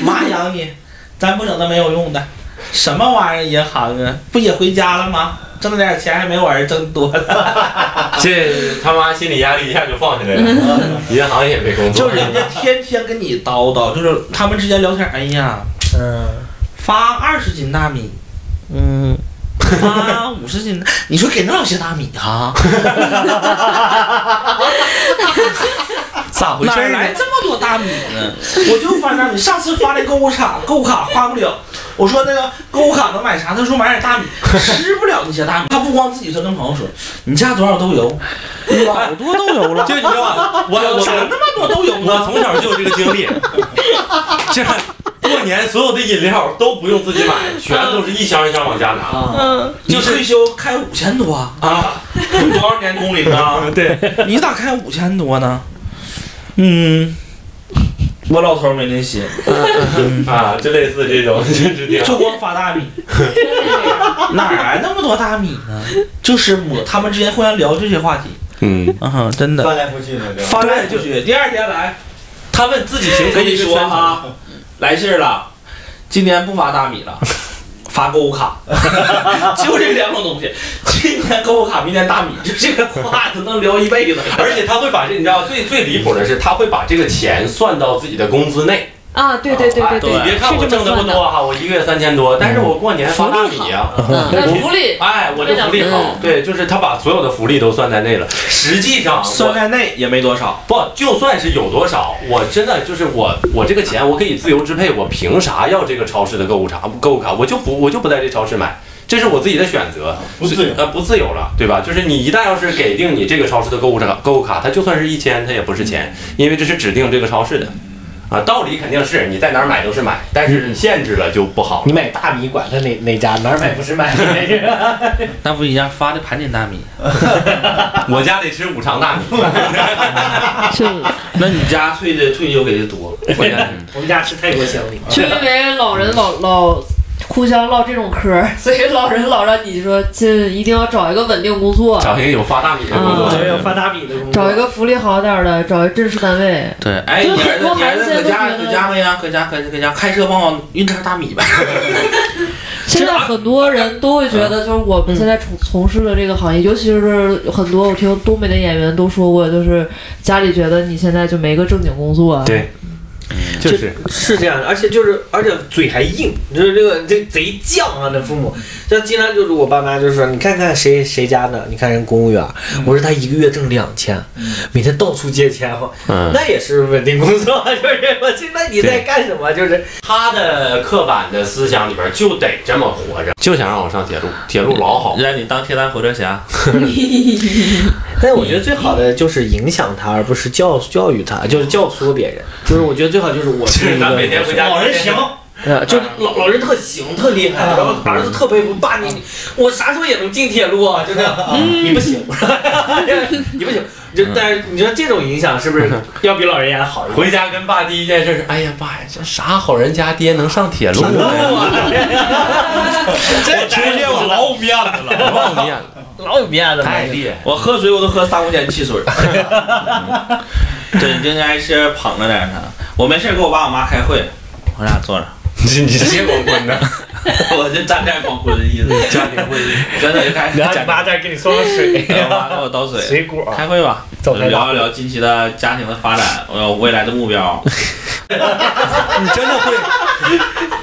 [SPEAKER 6] 妈养你，咱不整那没有用的，什么玩意儿银行啊？不也回家了吗？挣那点钱还没我儿挣多了，
[SPEAKER 3] 这他妈心理压力一下就放下来了，银行也没工
[SPEAKER 6] 嗯就
[SPEAKER 3] 作
[SPEAKER 6] 是，人家天天跟你叨叨，就是他们之间聊天，哎呀，
[SPEAKER 2] 嗯，
[SPEAKER 6] 发二十斤大米，嗯，发五十斤， 你说给那老些大米啊哈、
[SPEAKER 3] 咋回
[SPEAKER 6] 哪
[SPEAKER 3] 事
[SPEAKER 6] 儿
[SPEAKER 3] 儿
[SPEAKER 6] 来
[SPEAKER 3] 呢？
[SPEAKER 6] 这么多大米呢？我就翻大米，上次发那购物卡，购物卡花不了。我说那个购物卡能买啥？他说买点大米，吃不了那些大米。他不光自己说，跟朋友说，你家多少豆油？老多豆油了，
[SPEAKER 3] 就你知道 吧，我我
[SPEAKER 6] 咋那么多豆油
[SPEAKER 3] 我
[SPEAKER 6] 呢？
[SPEAKER 3] 从小就有这个经历，这过年所有的饮料都不用自己买，全都是一箱一箱往家拿
[SPEAKER 7] 嗯，
[SPEAKER 6] 你退休开五千多啊？
[SPEAKER 3] 啊。
[SPEAKER 6] 你多少年工龄啊？对， 你咋开五千多呢？嗯，我老头儿没那心，
[SPEAKER 3] 啊，就类似这种，就是这样。
[SPEAKER 6] 就光发大米，哪儿来那么多大米呢？就是我他们之间互相聊这些话题，
[SPEAKER 3] 嗯，
[SPEAKER 6] 嗯哼，真的
[SPEAKER 5] 翻来覆去的对吧？
[SPEAKER 6] 翻来覆去。第二天来，
[SPEAKER 3] 他们自己形
[SPEAKER 6] 跟
[SPEAKER 3] 成
[SPEAKER 6] 你
[SPEAKER 3] 一个
[SPEAKER 6] 说
[SPEAKER 3] 圈层，
[SPEAKER 6] 啊，来信儿了，今年不发大米了。发购物卡，就这两种东西。今年购物卡，明年大米，就这个话都能聊一辈子。
[SPEAKER 3] 而且他会把这，你知道最最离谱的是，他会把这个钱算到自己的工资内。
[SPEAKER 4] 啊，对对对对
[SPEAKER 3] 你别看我
[SPEAKER 4] 是这
[SPEAKER 3] 挣
[SPEAKER 4] 么
[SPEAKER 3] 的不
[SPEAKER 4] 算的。
[SPEAKER 3] 多哈，我一个月三千多，但是我过年发大米啊。
[SPEAKER 4] 嗯，
[SPEAKER 3] 我
[SPEAKER 7] 福利
[SPEAKER 3] 哎，我这福利好，对，就是他把所有的福利都算在内了。实际上，
[SPEAKER 6] 算
[SPEAKER 3] 我
[SPEAKER 6] 在内也没多少，
[SPEAKER 3] 不就算是有多少，我真的就是我，我这个钱我可以自由支配，我凭啥要这个超市的购物卡？购物卡我就不我就不在这超市买，这是我自己的选择，
[SPEAKER 5] 不自由
[SPEAKER 3] 呃不自由了，对吧？就是你一旦要是给定你这个超市的购物卡购物卡，它就算是一千，它也不是钱，因为这是指定这个超市的。啊，道理肯定是你在哪儿买都是买，但
[SPEAKER 2] 嗯
[SPEAKER 3] 是限制了就不好了。
[SPEAKER 2] 你买大米管他哪哪家哪儿买不是买
[SPEAKER 6] 那不一样。发的盘锦大米，
[SPEAKER 3] 我家得吃五常大米，
[SPEAKER 4] 是
[SPEAKER 6] 那你家退的退休给的多，
[SPEAKER 3] 我家
[SPEAKER 2] 我们家吃泰国香米，
[SPEAKER 7] 就因为老人老老互相唠这种嗑儿，所以老人老让你说，这一定要找一个稳定工作，
[SPEAKER 3] 找一个有发大米的工作
[SPEAKER 2] 我
[SPEAKER 7] 啊
[SPEAKER 2] 这。嗯有发大米的工作，
[SPEAKER 7] 找一个福利好点儿的，找一个正式单位。
[SPEAKER 6] 对，哎，你
[SPEAKER 7] 就
[SPEAKER 6] 儿
[SPEAKER 7] 很多
[SPEAKER 6] 子，你儿子
[SPEAKER 7] 孩
[SPEAKER 6] 搁
[SPEAKER 7] 子现
[SPEAKER 6] 家
[SPEAKER 7] 在都觉得
[SPEAKER 6] 搁家没呀？搁家搁家搁家开车帮我运点大米呗。
[SPEAKER 7] 现
[SPEAKER 1] 啊
[SPEAKER 7] 在很多人都会觉
[SPEAKER 1] 嗯
[SPEAKER 7] 得，就是我们现在从从事的这个行业，尤其是很多我听东北的演员都说过，就是家里觉得你现在就没个正经工作，
[SPEAKER 3] 对就是
[SPEAKER 2] 是这样的，而且就是，而且嘴还硬，就是这个这贼犟啊！这父母，
[SPEAKER 3] 嗯
[SPEAKER 2] 像经常就是我爸妈就说，你看看谁谁家的，你看人公务员，
[SPEAKER 3] 嗯
[SPEAKER 2] 我说他一个月挣两千，每天到处借钱花，
[SPEAKER 3] 嗯
[SPEAKER 2] 那也是稳定工作， 就是我现在你在干什么？就是
[SPEAKER 3] 他的刻板的思想里边就得这么活着，就想让我上铁路，铁路老好。
[SPEAKER 6] 让你当铁胆火车侠，
[SPEAKER 2] 但我觉得最好的就是影响他，而不是教教育他，就是教唆别人。就是我觉得最好就是我
[SPEAKER 3] 就是
[SPEAKER 2] 是一
[SPEAKER 3] 咱每
[SPEAKER 2] 个，
[SPEAKER 3] 天回家，
[SPEAKER 6] 老人行，
[SPEAKER 2] 呃，就是老老人特行特厉害，然后儿子特佩服，爸你我啥时候也能进铁路啊？就这样， 你不行，你不行，就但是你说这种影响是不是要比老人家好一点？
[SPEAKER 3] 回家跟爸第一件事是，哎呀爸，这啥好人家爹能上铁路？
[SPEAKER 6] 这职业我老有面子了。
[SPEAKER 3] 老面子，
[SPEAKER 2] 老有面子
[SPEAKER 3] 太厉害。
[SPEAKER 6] 哎我喝水我都喝三块钱汽水 儿。对，你就应该是捧着点儿他。我没事儿跟我爸我妈开会，我俩坐着，
[SPEAKER 3] 你你直接光棍的，
[SPEAKER 6] 我就沾点光棍的意思，
[SPEAKER 3] 家庭会议
[SPEAKER 6] 真的就开始
[SPEAKER 2] 然
[SPEAKER 6] 讲
[SPEAKER 2] 后你。妈再给你送上 水，
[SPEAKER 6] 哎我妈给我倒水，
[SPEAKER 2] 水果，
[SPEAKER 6] 开会吧，
[SPEAKER 2] 走开吧
[SPEAKER 6] 聊一聊近期的家庭的发展，我有未来的目标。
[SPEAKER 3] 你真的会，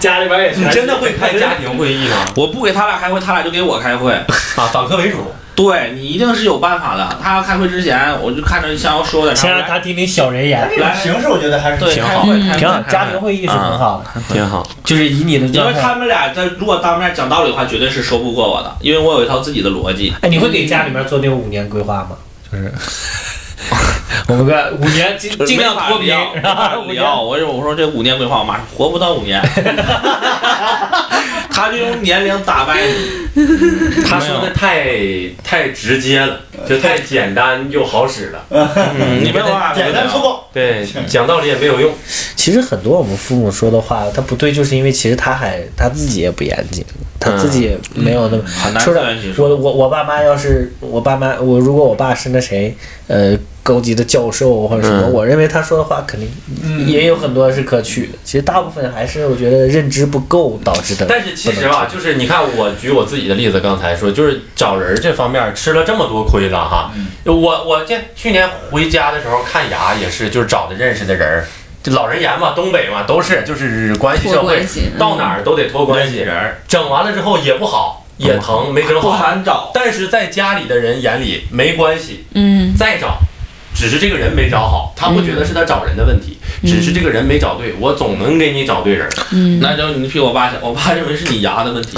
[SPEAKER 2] 家里边也
[SPEAKER 3] 你
[SPEAKER 2] 全
[SPEAKER 3] 真的会开家庭会议吗？
[SPEAKER 6] 我不给他俩开会，他俩就给我开会。
[SPEAKER 3] 啊，反客为主，
[SPEAKER 6] 对你一定是有办法的。他要开会之前，我就看着像要说的，
[SPEAKER 2] 先
[SPEAKER 6] 然后
[SPEAKER 2] 让他听听小人言，
[SPEAKER 5] 这种形式我觉得还是
[SPEAKER 6] 对
[SPEAKER 3] 挺
[SPEAKER 6] 开
[SPEAKER 3] 好
[SPEAKER 6] 会
[SPEAKER 4] 嗯
[SPEAKER 6] 开会啊
[SPEAKER 2] 挺好。
[SPEAKER 6] 开
[SPEAKER 2] 家庭会议是很好的，
[SPEAKER 3] 挺好。
[SPEAKER 2] 就是以你的
[SPEAKER 6] 因
[SPEAKER 2] 状
[SPEAKER 6] 为
[SPEAKER 2] 态。
[SPEAKER 6] 他们俩在如果当面讲道理的话，绝对是说不过我的，因为我有一套自己的逻辑。
[SPEAKER 2] 哎，你会给家里面做那种五年规划吗？就是 我们个五年尽尽量脱贫，
[SPEAKER 6] 没
[SPEAKER 2] 然
[SPEAKER 6] 法
[SPEAKER 2] 后五
[SPEAKER 6] 聊没
[SPEAKER 2] 年
[SPEAKER 6] 法聊。我说我说这五年规划，我马上活不到五 年。他就用年龄打败你。
[SPEAKER 3] 他说的太太直接了，就太简单又好使了。
[SPEAKER 6] 嗯，你没有办法
[SPEAKER 5] 简单粗暴。
[SPEAKER 3] 对，讲道理也没有用。
[SPEAKER 2] 其实很多我们父母说的话，他不对，就是因为其实他还他自己也不严谨，他自己也没有那么。
[SPEAKER 6] 很难
[SPEAKER 2] 说
[SPEAKER 6] 自
[SPEAKER 2] 的
[SPEAKER 6] 圆其说。
[SPEAKER 2] 我我我爸妈要是我爸妈，我如果我爸是那谁，呃，高级的教授或者什么，
[SPEAKER 3] 嗯
[SPEAKER 2] 我认为他说的话肯定也有很多是可取的。其实大部分还是我觉得认知不够导致的。
[SPEAKER 3] 但是其实吧，就是你看，我举我自己的例子，刚才说就是找人这方面吃了这么多亏了哈。我我这去年回家的时候看牙也是，就是找的认识的人儿，这老人言嘛，东北嘛，都是就是关系
[SPEAKER 4] 托
[SPEAKER 3] 社会
[SPEAKER 4] 关，系，嗯
[SPEAKER 3] 到哪儿都得托关系。
[SPEAKER 6] 人儿
[SPEAKER 3] 整完了之后也嗯不好，也疼，没整
[SPEAKER 6] 不
[SPEAKER 3] 好。
[SPEAKER 6] 难找，
[SPEAKER 3] 但是在家里的人眼里没关系，
[SPEAKER 4] 嗯，
[SPEAKER 3] 再找，只是这个人没找好，他不觉得是他找人的问题，只是这个人没找对，我总能给你找对人。
[SPEAKER 4] 嗯
[SPEAKER 6] 那就你比我爸强，我爸认为是你牙的问题，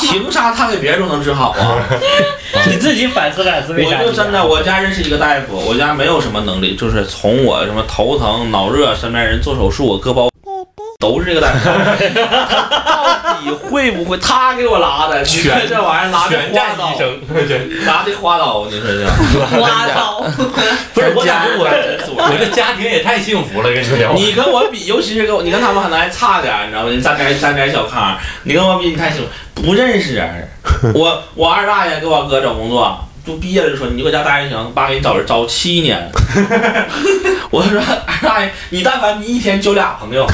[SPEAKER 6] 凭啥他给别人都能治好啊？
[SPEAKER 2] 你自己反思反思为啥
[SPEAKER 6] 我
[SPEAKER 2] 你
[SPEAKER 6] 就
[SPEAKER 2] 这样？
[SPEAKER 6] 真的，我家认识一个大夫，我家没有什么能力，就是从我什么头疼、脑热，身边人做手术，我割包。都是这个大夫，到底会不会？他给我拉的，你说
[SPEAKER 3] 全
[SPEAKER 6] 这玩意儿拉的
[SPEAKER 3] 全
[SPEAKER 6] 花
[SPEAKER 3] 站
[SPEAKER 6] 刀
[SPEAKER 3] 医，生， 对，
[SPEAKER 6] 拿的花刀，你说这
[SPEAKER 4] 哇操，
[SPEAKER 3] 不是我
[SPEAKER 6] 家
[SPEAKER 3] 感觉我我
[SPEAKER 6] 我
[SPEAKER 3] 这家庭也太幸福了，跟你 聊。
[SPEAKER 6] 你跟我比，尤其是跟我，你跟他们可能还差点儿，你知道吗？你沾点沾点小糠儿，你跟我比，你太幸福，不认识人儿。 我我二大爷给我哥找工作，就毕业了就说你搁家待着行，爸给你找人找七 年。我说二大爷，你但凡你一天就俩 朋友，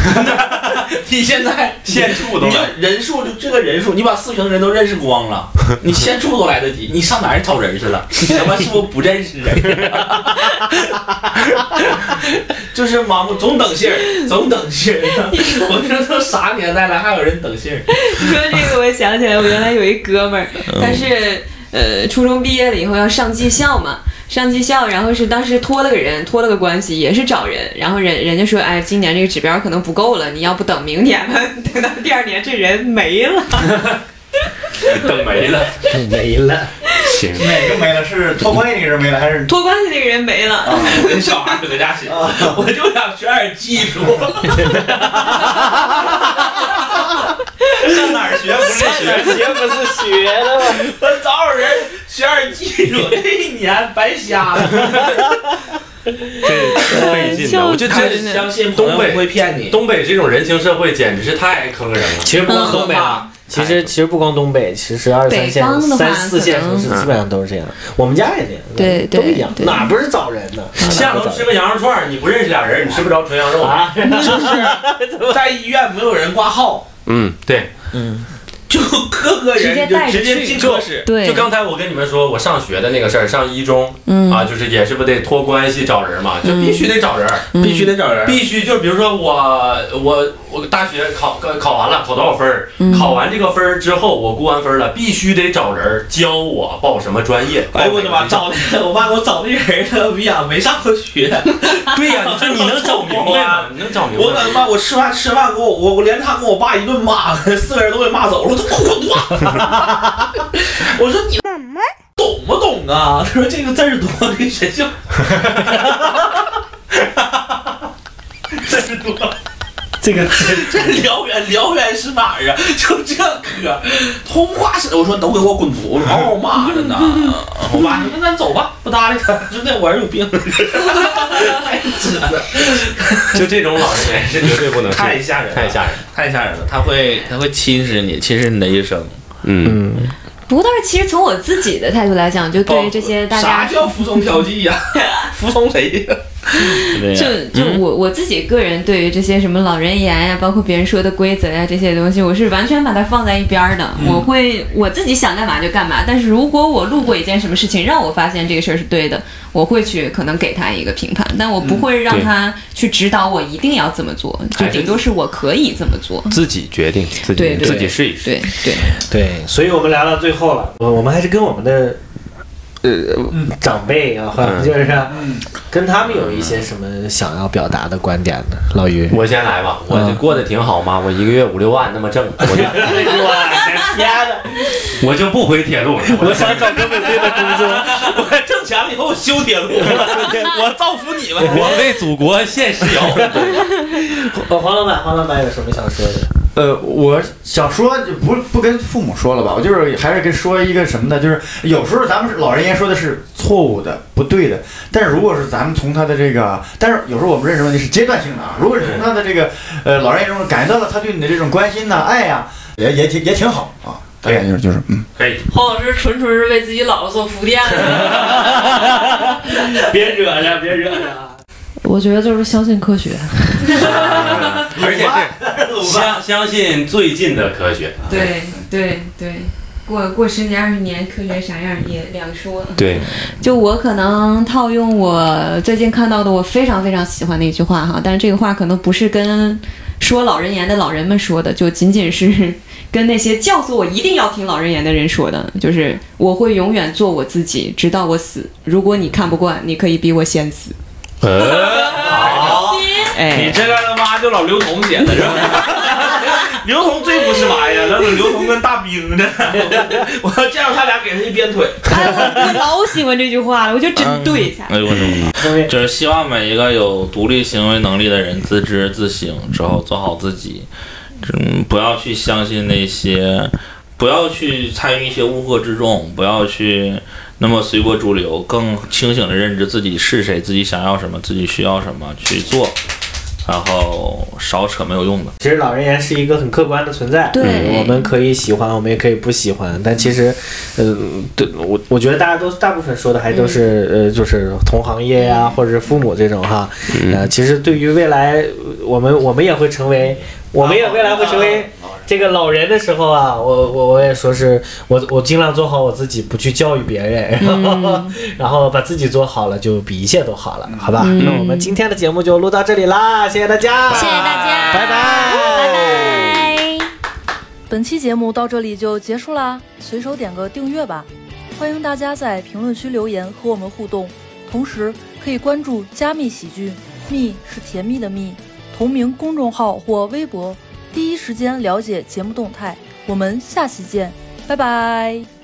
[SPEAKER 6] 你现在
[SPEAKER 3] 现处都
[SPEAKER 6] 你就
[SPEAKER 3] 来
[SPEAKER 6] 人数就这个人数，你把四平的人都认识光 了，你先处都来得及，你上哪儿找人去 了？你他妈是不是不认识 人？就是盲目，总等信儿，总等信儿。 我说都啥年代了，还有人等信儿？
[SPEAKER 4] 你 说这个，我想起来，我原来有一哥们儿，他是呃初中毕业了以后要上技校嘛，上技校，然后是当时托了个人，托了个关系，也是找人，然后人人家说，哎，今年这个指标可能不够了，你要不等明年吧， 等到第二年这人没了，
[SPEAKER 3] 等没了。
[SPEAKER 2] 没了。
[SPEAKER 3] 行，
[SPEAKER 5] 哪个没了？是托关系那个人没了，还是
[SPEAKER 4] 托关系那个人没了，
[SPEAKER 6] 我跟小孩儿搁家写，
[SPEAKER 3] 啊
[SPEAKER 6] 我就想学点技 术。上哪儿学不是学，
[SPEAKER 2] 学不是学的吗？
[SPEAKER 6] 我找点人学点技术，这一年白瞎了。
[SPEAKER 3] 这费劲的，
[SPEAKER 4] 哎笑
[SPEAKER 3] 我就觉
[SPEAKER 4] 死
[SPEAKER 3] 得
[SPEAKER 4] 了
[SPEAKER 6] 相信
[SPEAKER 3] 朋友不
[SPEAKER 6] 会骗你。
[SPEAKER 3] 东北这种人情社会简直是太坑人了。
[SPEAKER 2] 其实不光东北
[SPEAKER 6] 嗯
[SPEAKER 2] 啊，其实其实不光东北，其实二三线
[SPEAKER 4] 北、方的话
[SPEAKER 2] 三四线城市
[SPEAKER 3] 可能
[SPEAKER 2] 基本上都是这样。我们家也这样，
[SPEAKER 4] 对
[SPEAKER 2] 都
[SPEAKER 4] 对
[SPEAKER 2] 一样，
[SPEAKER 4] 对嗯
[SPEAKER 2] 哪不是找人呢？
[SPEAKER 3] 下楼吃个羊肉串儿，你不认识俩人，你吃不着纯羊肉。
[SPEAKER 2] 啊？
[SPEAKER 6] 在医院没有人挂号，
[SPEAKER 3] 嗯，对，
[SPEAKER 6] 就各个
[SPEAKER 4] 直接
[SPEAKER 6] 人就
[SPEAKER 4] 带着
[SPEAKER 6] 直接
[SPEAKER 4] 去
[SPEAKER 6] 进科室。
[SPEAKER 4] 对
[SPEAKER 3] 就刚才我跟你们说，我上学的那个事儿，上一中
[SPEAKER 4] 嗯
[SPEAKER 3] 啊，就是也是不得托关系找人嘛，就必须得找人，
[SPEAKER 6] 必须得找人，
[SPEAKER 3] 必须就比如说我我我大学考考完了，考多少分儿，考完这个分儿之后，我估完分儿了，必须得找人教我报什么专业。
[SPEAKER 6] 哎呦我的妈！
[SPEAKER 3] 报
[SPEAKER 6] 找的 我爸给我找的人他逼啊，没上过学。
[SPEAKER 3] 对呀，你说你能整明白 吗？你能整明
[SPEAKER 6] 我
[SPEAKER 3] 白
[SPEAKER 6] 在他
[SPEAKER 3] 吗？
[SPEAKER 6] 妈，我吃饭吃饭给我我我连他跟我爸一顿骂，四个人都给骂走了。我说滚 犊子！我说你懂不懂啊？ 他说这个字儿多，跟学 校
[SPEAKER 2] 这个
[SPEAKER 6] 这辽源辽源是哪儿啊？ 就这歌，通化是我说都给我滚犊子！嗷骂着呢。 我爸说那咱走吧，不搭理他。说那我儿有病，太扯了，
[SPEAKER 3] 就这种老人也是绝对不能信
[SPEAKER 6] 太吓人了，
[SPEAKER 3] 太吓人。
[SPEAKER 6] 太吓人了。他会他会侵蚀你，侵蚀你的一生。
[SPEAKER 3] 嗯，
[SPEAKER 4] 不过但是其实从我自己的态度来讲，就对这些大
[SPEAKER 6] 啥
[SPEAKER 4] 家。
[SPEAKER 6] 叫服从调剂呀、 服从谁呀、
[SPEAKER 4] 就就
[SPEAKER 3] 嗯
[SPEAKER 4] 我我自己个人对于这些什么老人言呀，包括别人说的规则呀这些东西，我是完全把它放在一边儿的。
[SPEAKER 3] 嗯
[SPEAKER 4] 我会我自己想干嘛就干嘛，但是如果我路过一件什么事情，让我发现这个事儿是对的，我会去可能给他一个评判，但我不会让
[SPEAKER 3] 嗯对
[SPEAKER 4] 他去指导我一定要这么做，就
[SPEAKER 3] 还是
[SPEAKER 4] 顶多是我可以这么做。
[SPEAKER 3] 自己决定，自
[SPEAKER 4] 对对
[SPEAKER 3] 己自己试一试。
[SPEAKER 4] 对对，
[SPEAKER 2] 呃对，所以我们聊到最后了，我我们还是跟我们的
[SPEAKER 3] 呃，
[SPEAKER 2] 长辈啊，或者就是
[SPEAKER 6] 嗯
[SPEAKER 2] 跟他们有一些什么想要表达的观点呢？老于，
[SPEAKER 3] 我先来吧，我就过得挺好嘛，我一个月五六万那么挣，我就
[SPEAKER 2] 我的天哪！
[SPEAKER 3] 我就不回铁路了，我
[SPEAKER 2] 我想找个稳定的工 作。
[SPEAKER 6] 我挣钱了以后我修铁路，我造福你们。
[SPEAKER 3] 我为祖国献石 油。
[SPEAKER 2] 呃，黄老板，黄老板有什么想说的？
[SPEAKER 5] 呃，我想说，就不不跟父母说了吧，我就是还是跟说一个什么呢？就是有时候咱们老人言说的是错误的、不对的，但是如果是咱们从他的这个，但是有时候我们认识问题是阶段性的啊。如果是从他的这个呃老人言中感觉到了他对你的这种关心呐、爱呀、也也挺也挺好啊。大概就是就是嗯，
[SPEAKER 3] 可以，
[SPEAKER 1] 黄老师纯纯是为自己姥姥做铺垫的。
[SPEAKER 2] 别惹着，别惹着。
[SPEAKER 4] 我觉得就是相信科学，
[SPEAKER 3] 而且是相相信最近的科学。
[SPEAKER 7] 对对对，
[SPEAKER 4] 过过十年二十年，科学啥样也两说了。
[SPEAKER 3] 对，
[SPEAKER 4] 就我可能套用我最近看到的我非常非常喜欢的一句话哈，但是这个话可能不是跟说老人言的老人们说的，就仅仅是跟那些教唆我一定要听老人言的人说的，就是我会永远做我自己，直到我死。如果你看不惯，你可以逼我先死。
[SPEAKER 3] 呃
[SPEAKER 2] 好，
[SPEAKER 6] 你
[SPEAKER 4] 哎，
[SPEAKER 6] 这个他妈就老刘同写的是吧？刘同最不是玩意儿，那是刘同跟大兵的， 我要见到他俩给他一鞭腿。
[SPEAKER 4] 哎，我我老喜欢这句话了，我就针对一下。
[SPEAKER 8] 哎呦我什么？就是希望每一个有独立行为能力的人自知自省之后做好自己，嗯，不要去相信那些，不要去参与一些乌合之众，不要去那么随波逐流，更清醒的认知自己是谁，自己想要什么，自己需要什么去做，然后少扯没有用的。
[SPEAKER 2] 其实老人言是一个很客观的存在，
[SPEAKER 4] 对
[SPEAKER 2] 嗯我们可以喜欢，我们也可以不喜欢，但其实，嗯，对我我觉得大家都大部分说的还都是、呃，就是同行业呀、或者是父母这种哈，呃，其实对于未来，我们我们也会成为，我们也未来会成为。这个老人的时候啊，我我我也说是我我尽量做好我自己，不去教育别人，然后、 然后把自己做好了，就比一切都好了，好吧？
[SPEAKER 4] 嗯
[SPEAKER 2] 那我们今天的节目就录到这里啦，谢谢大家，嗯谢谢大家，拜拜，拜拜。
[SPEAKER 1] 本期节目到这里就结束啦，随手点个订阅吧。欢迎大家在评论区留言和我们互动，同时可以关注加密喜剧，密是甜蜜的蜜，同名公众号或微博，第一时间了解节目动态。我们下期见，拜拜。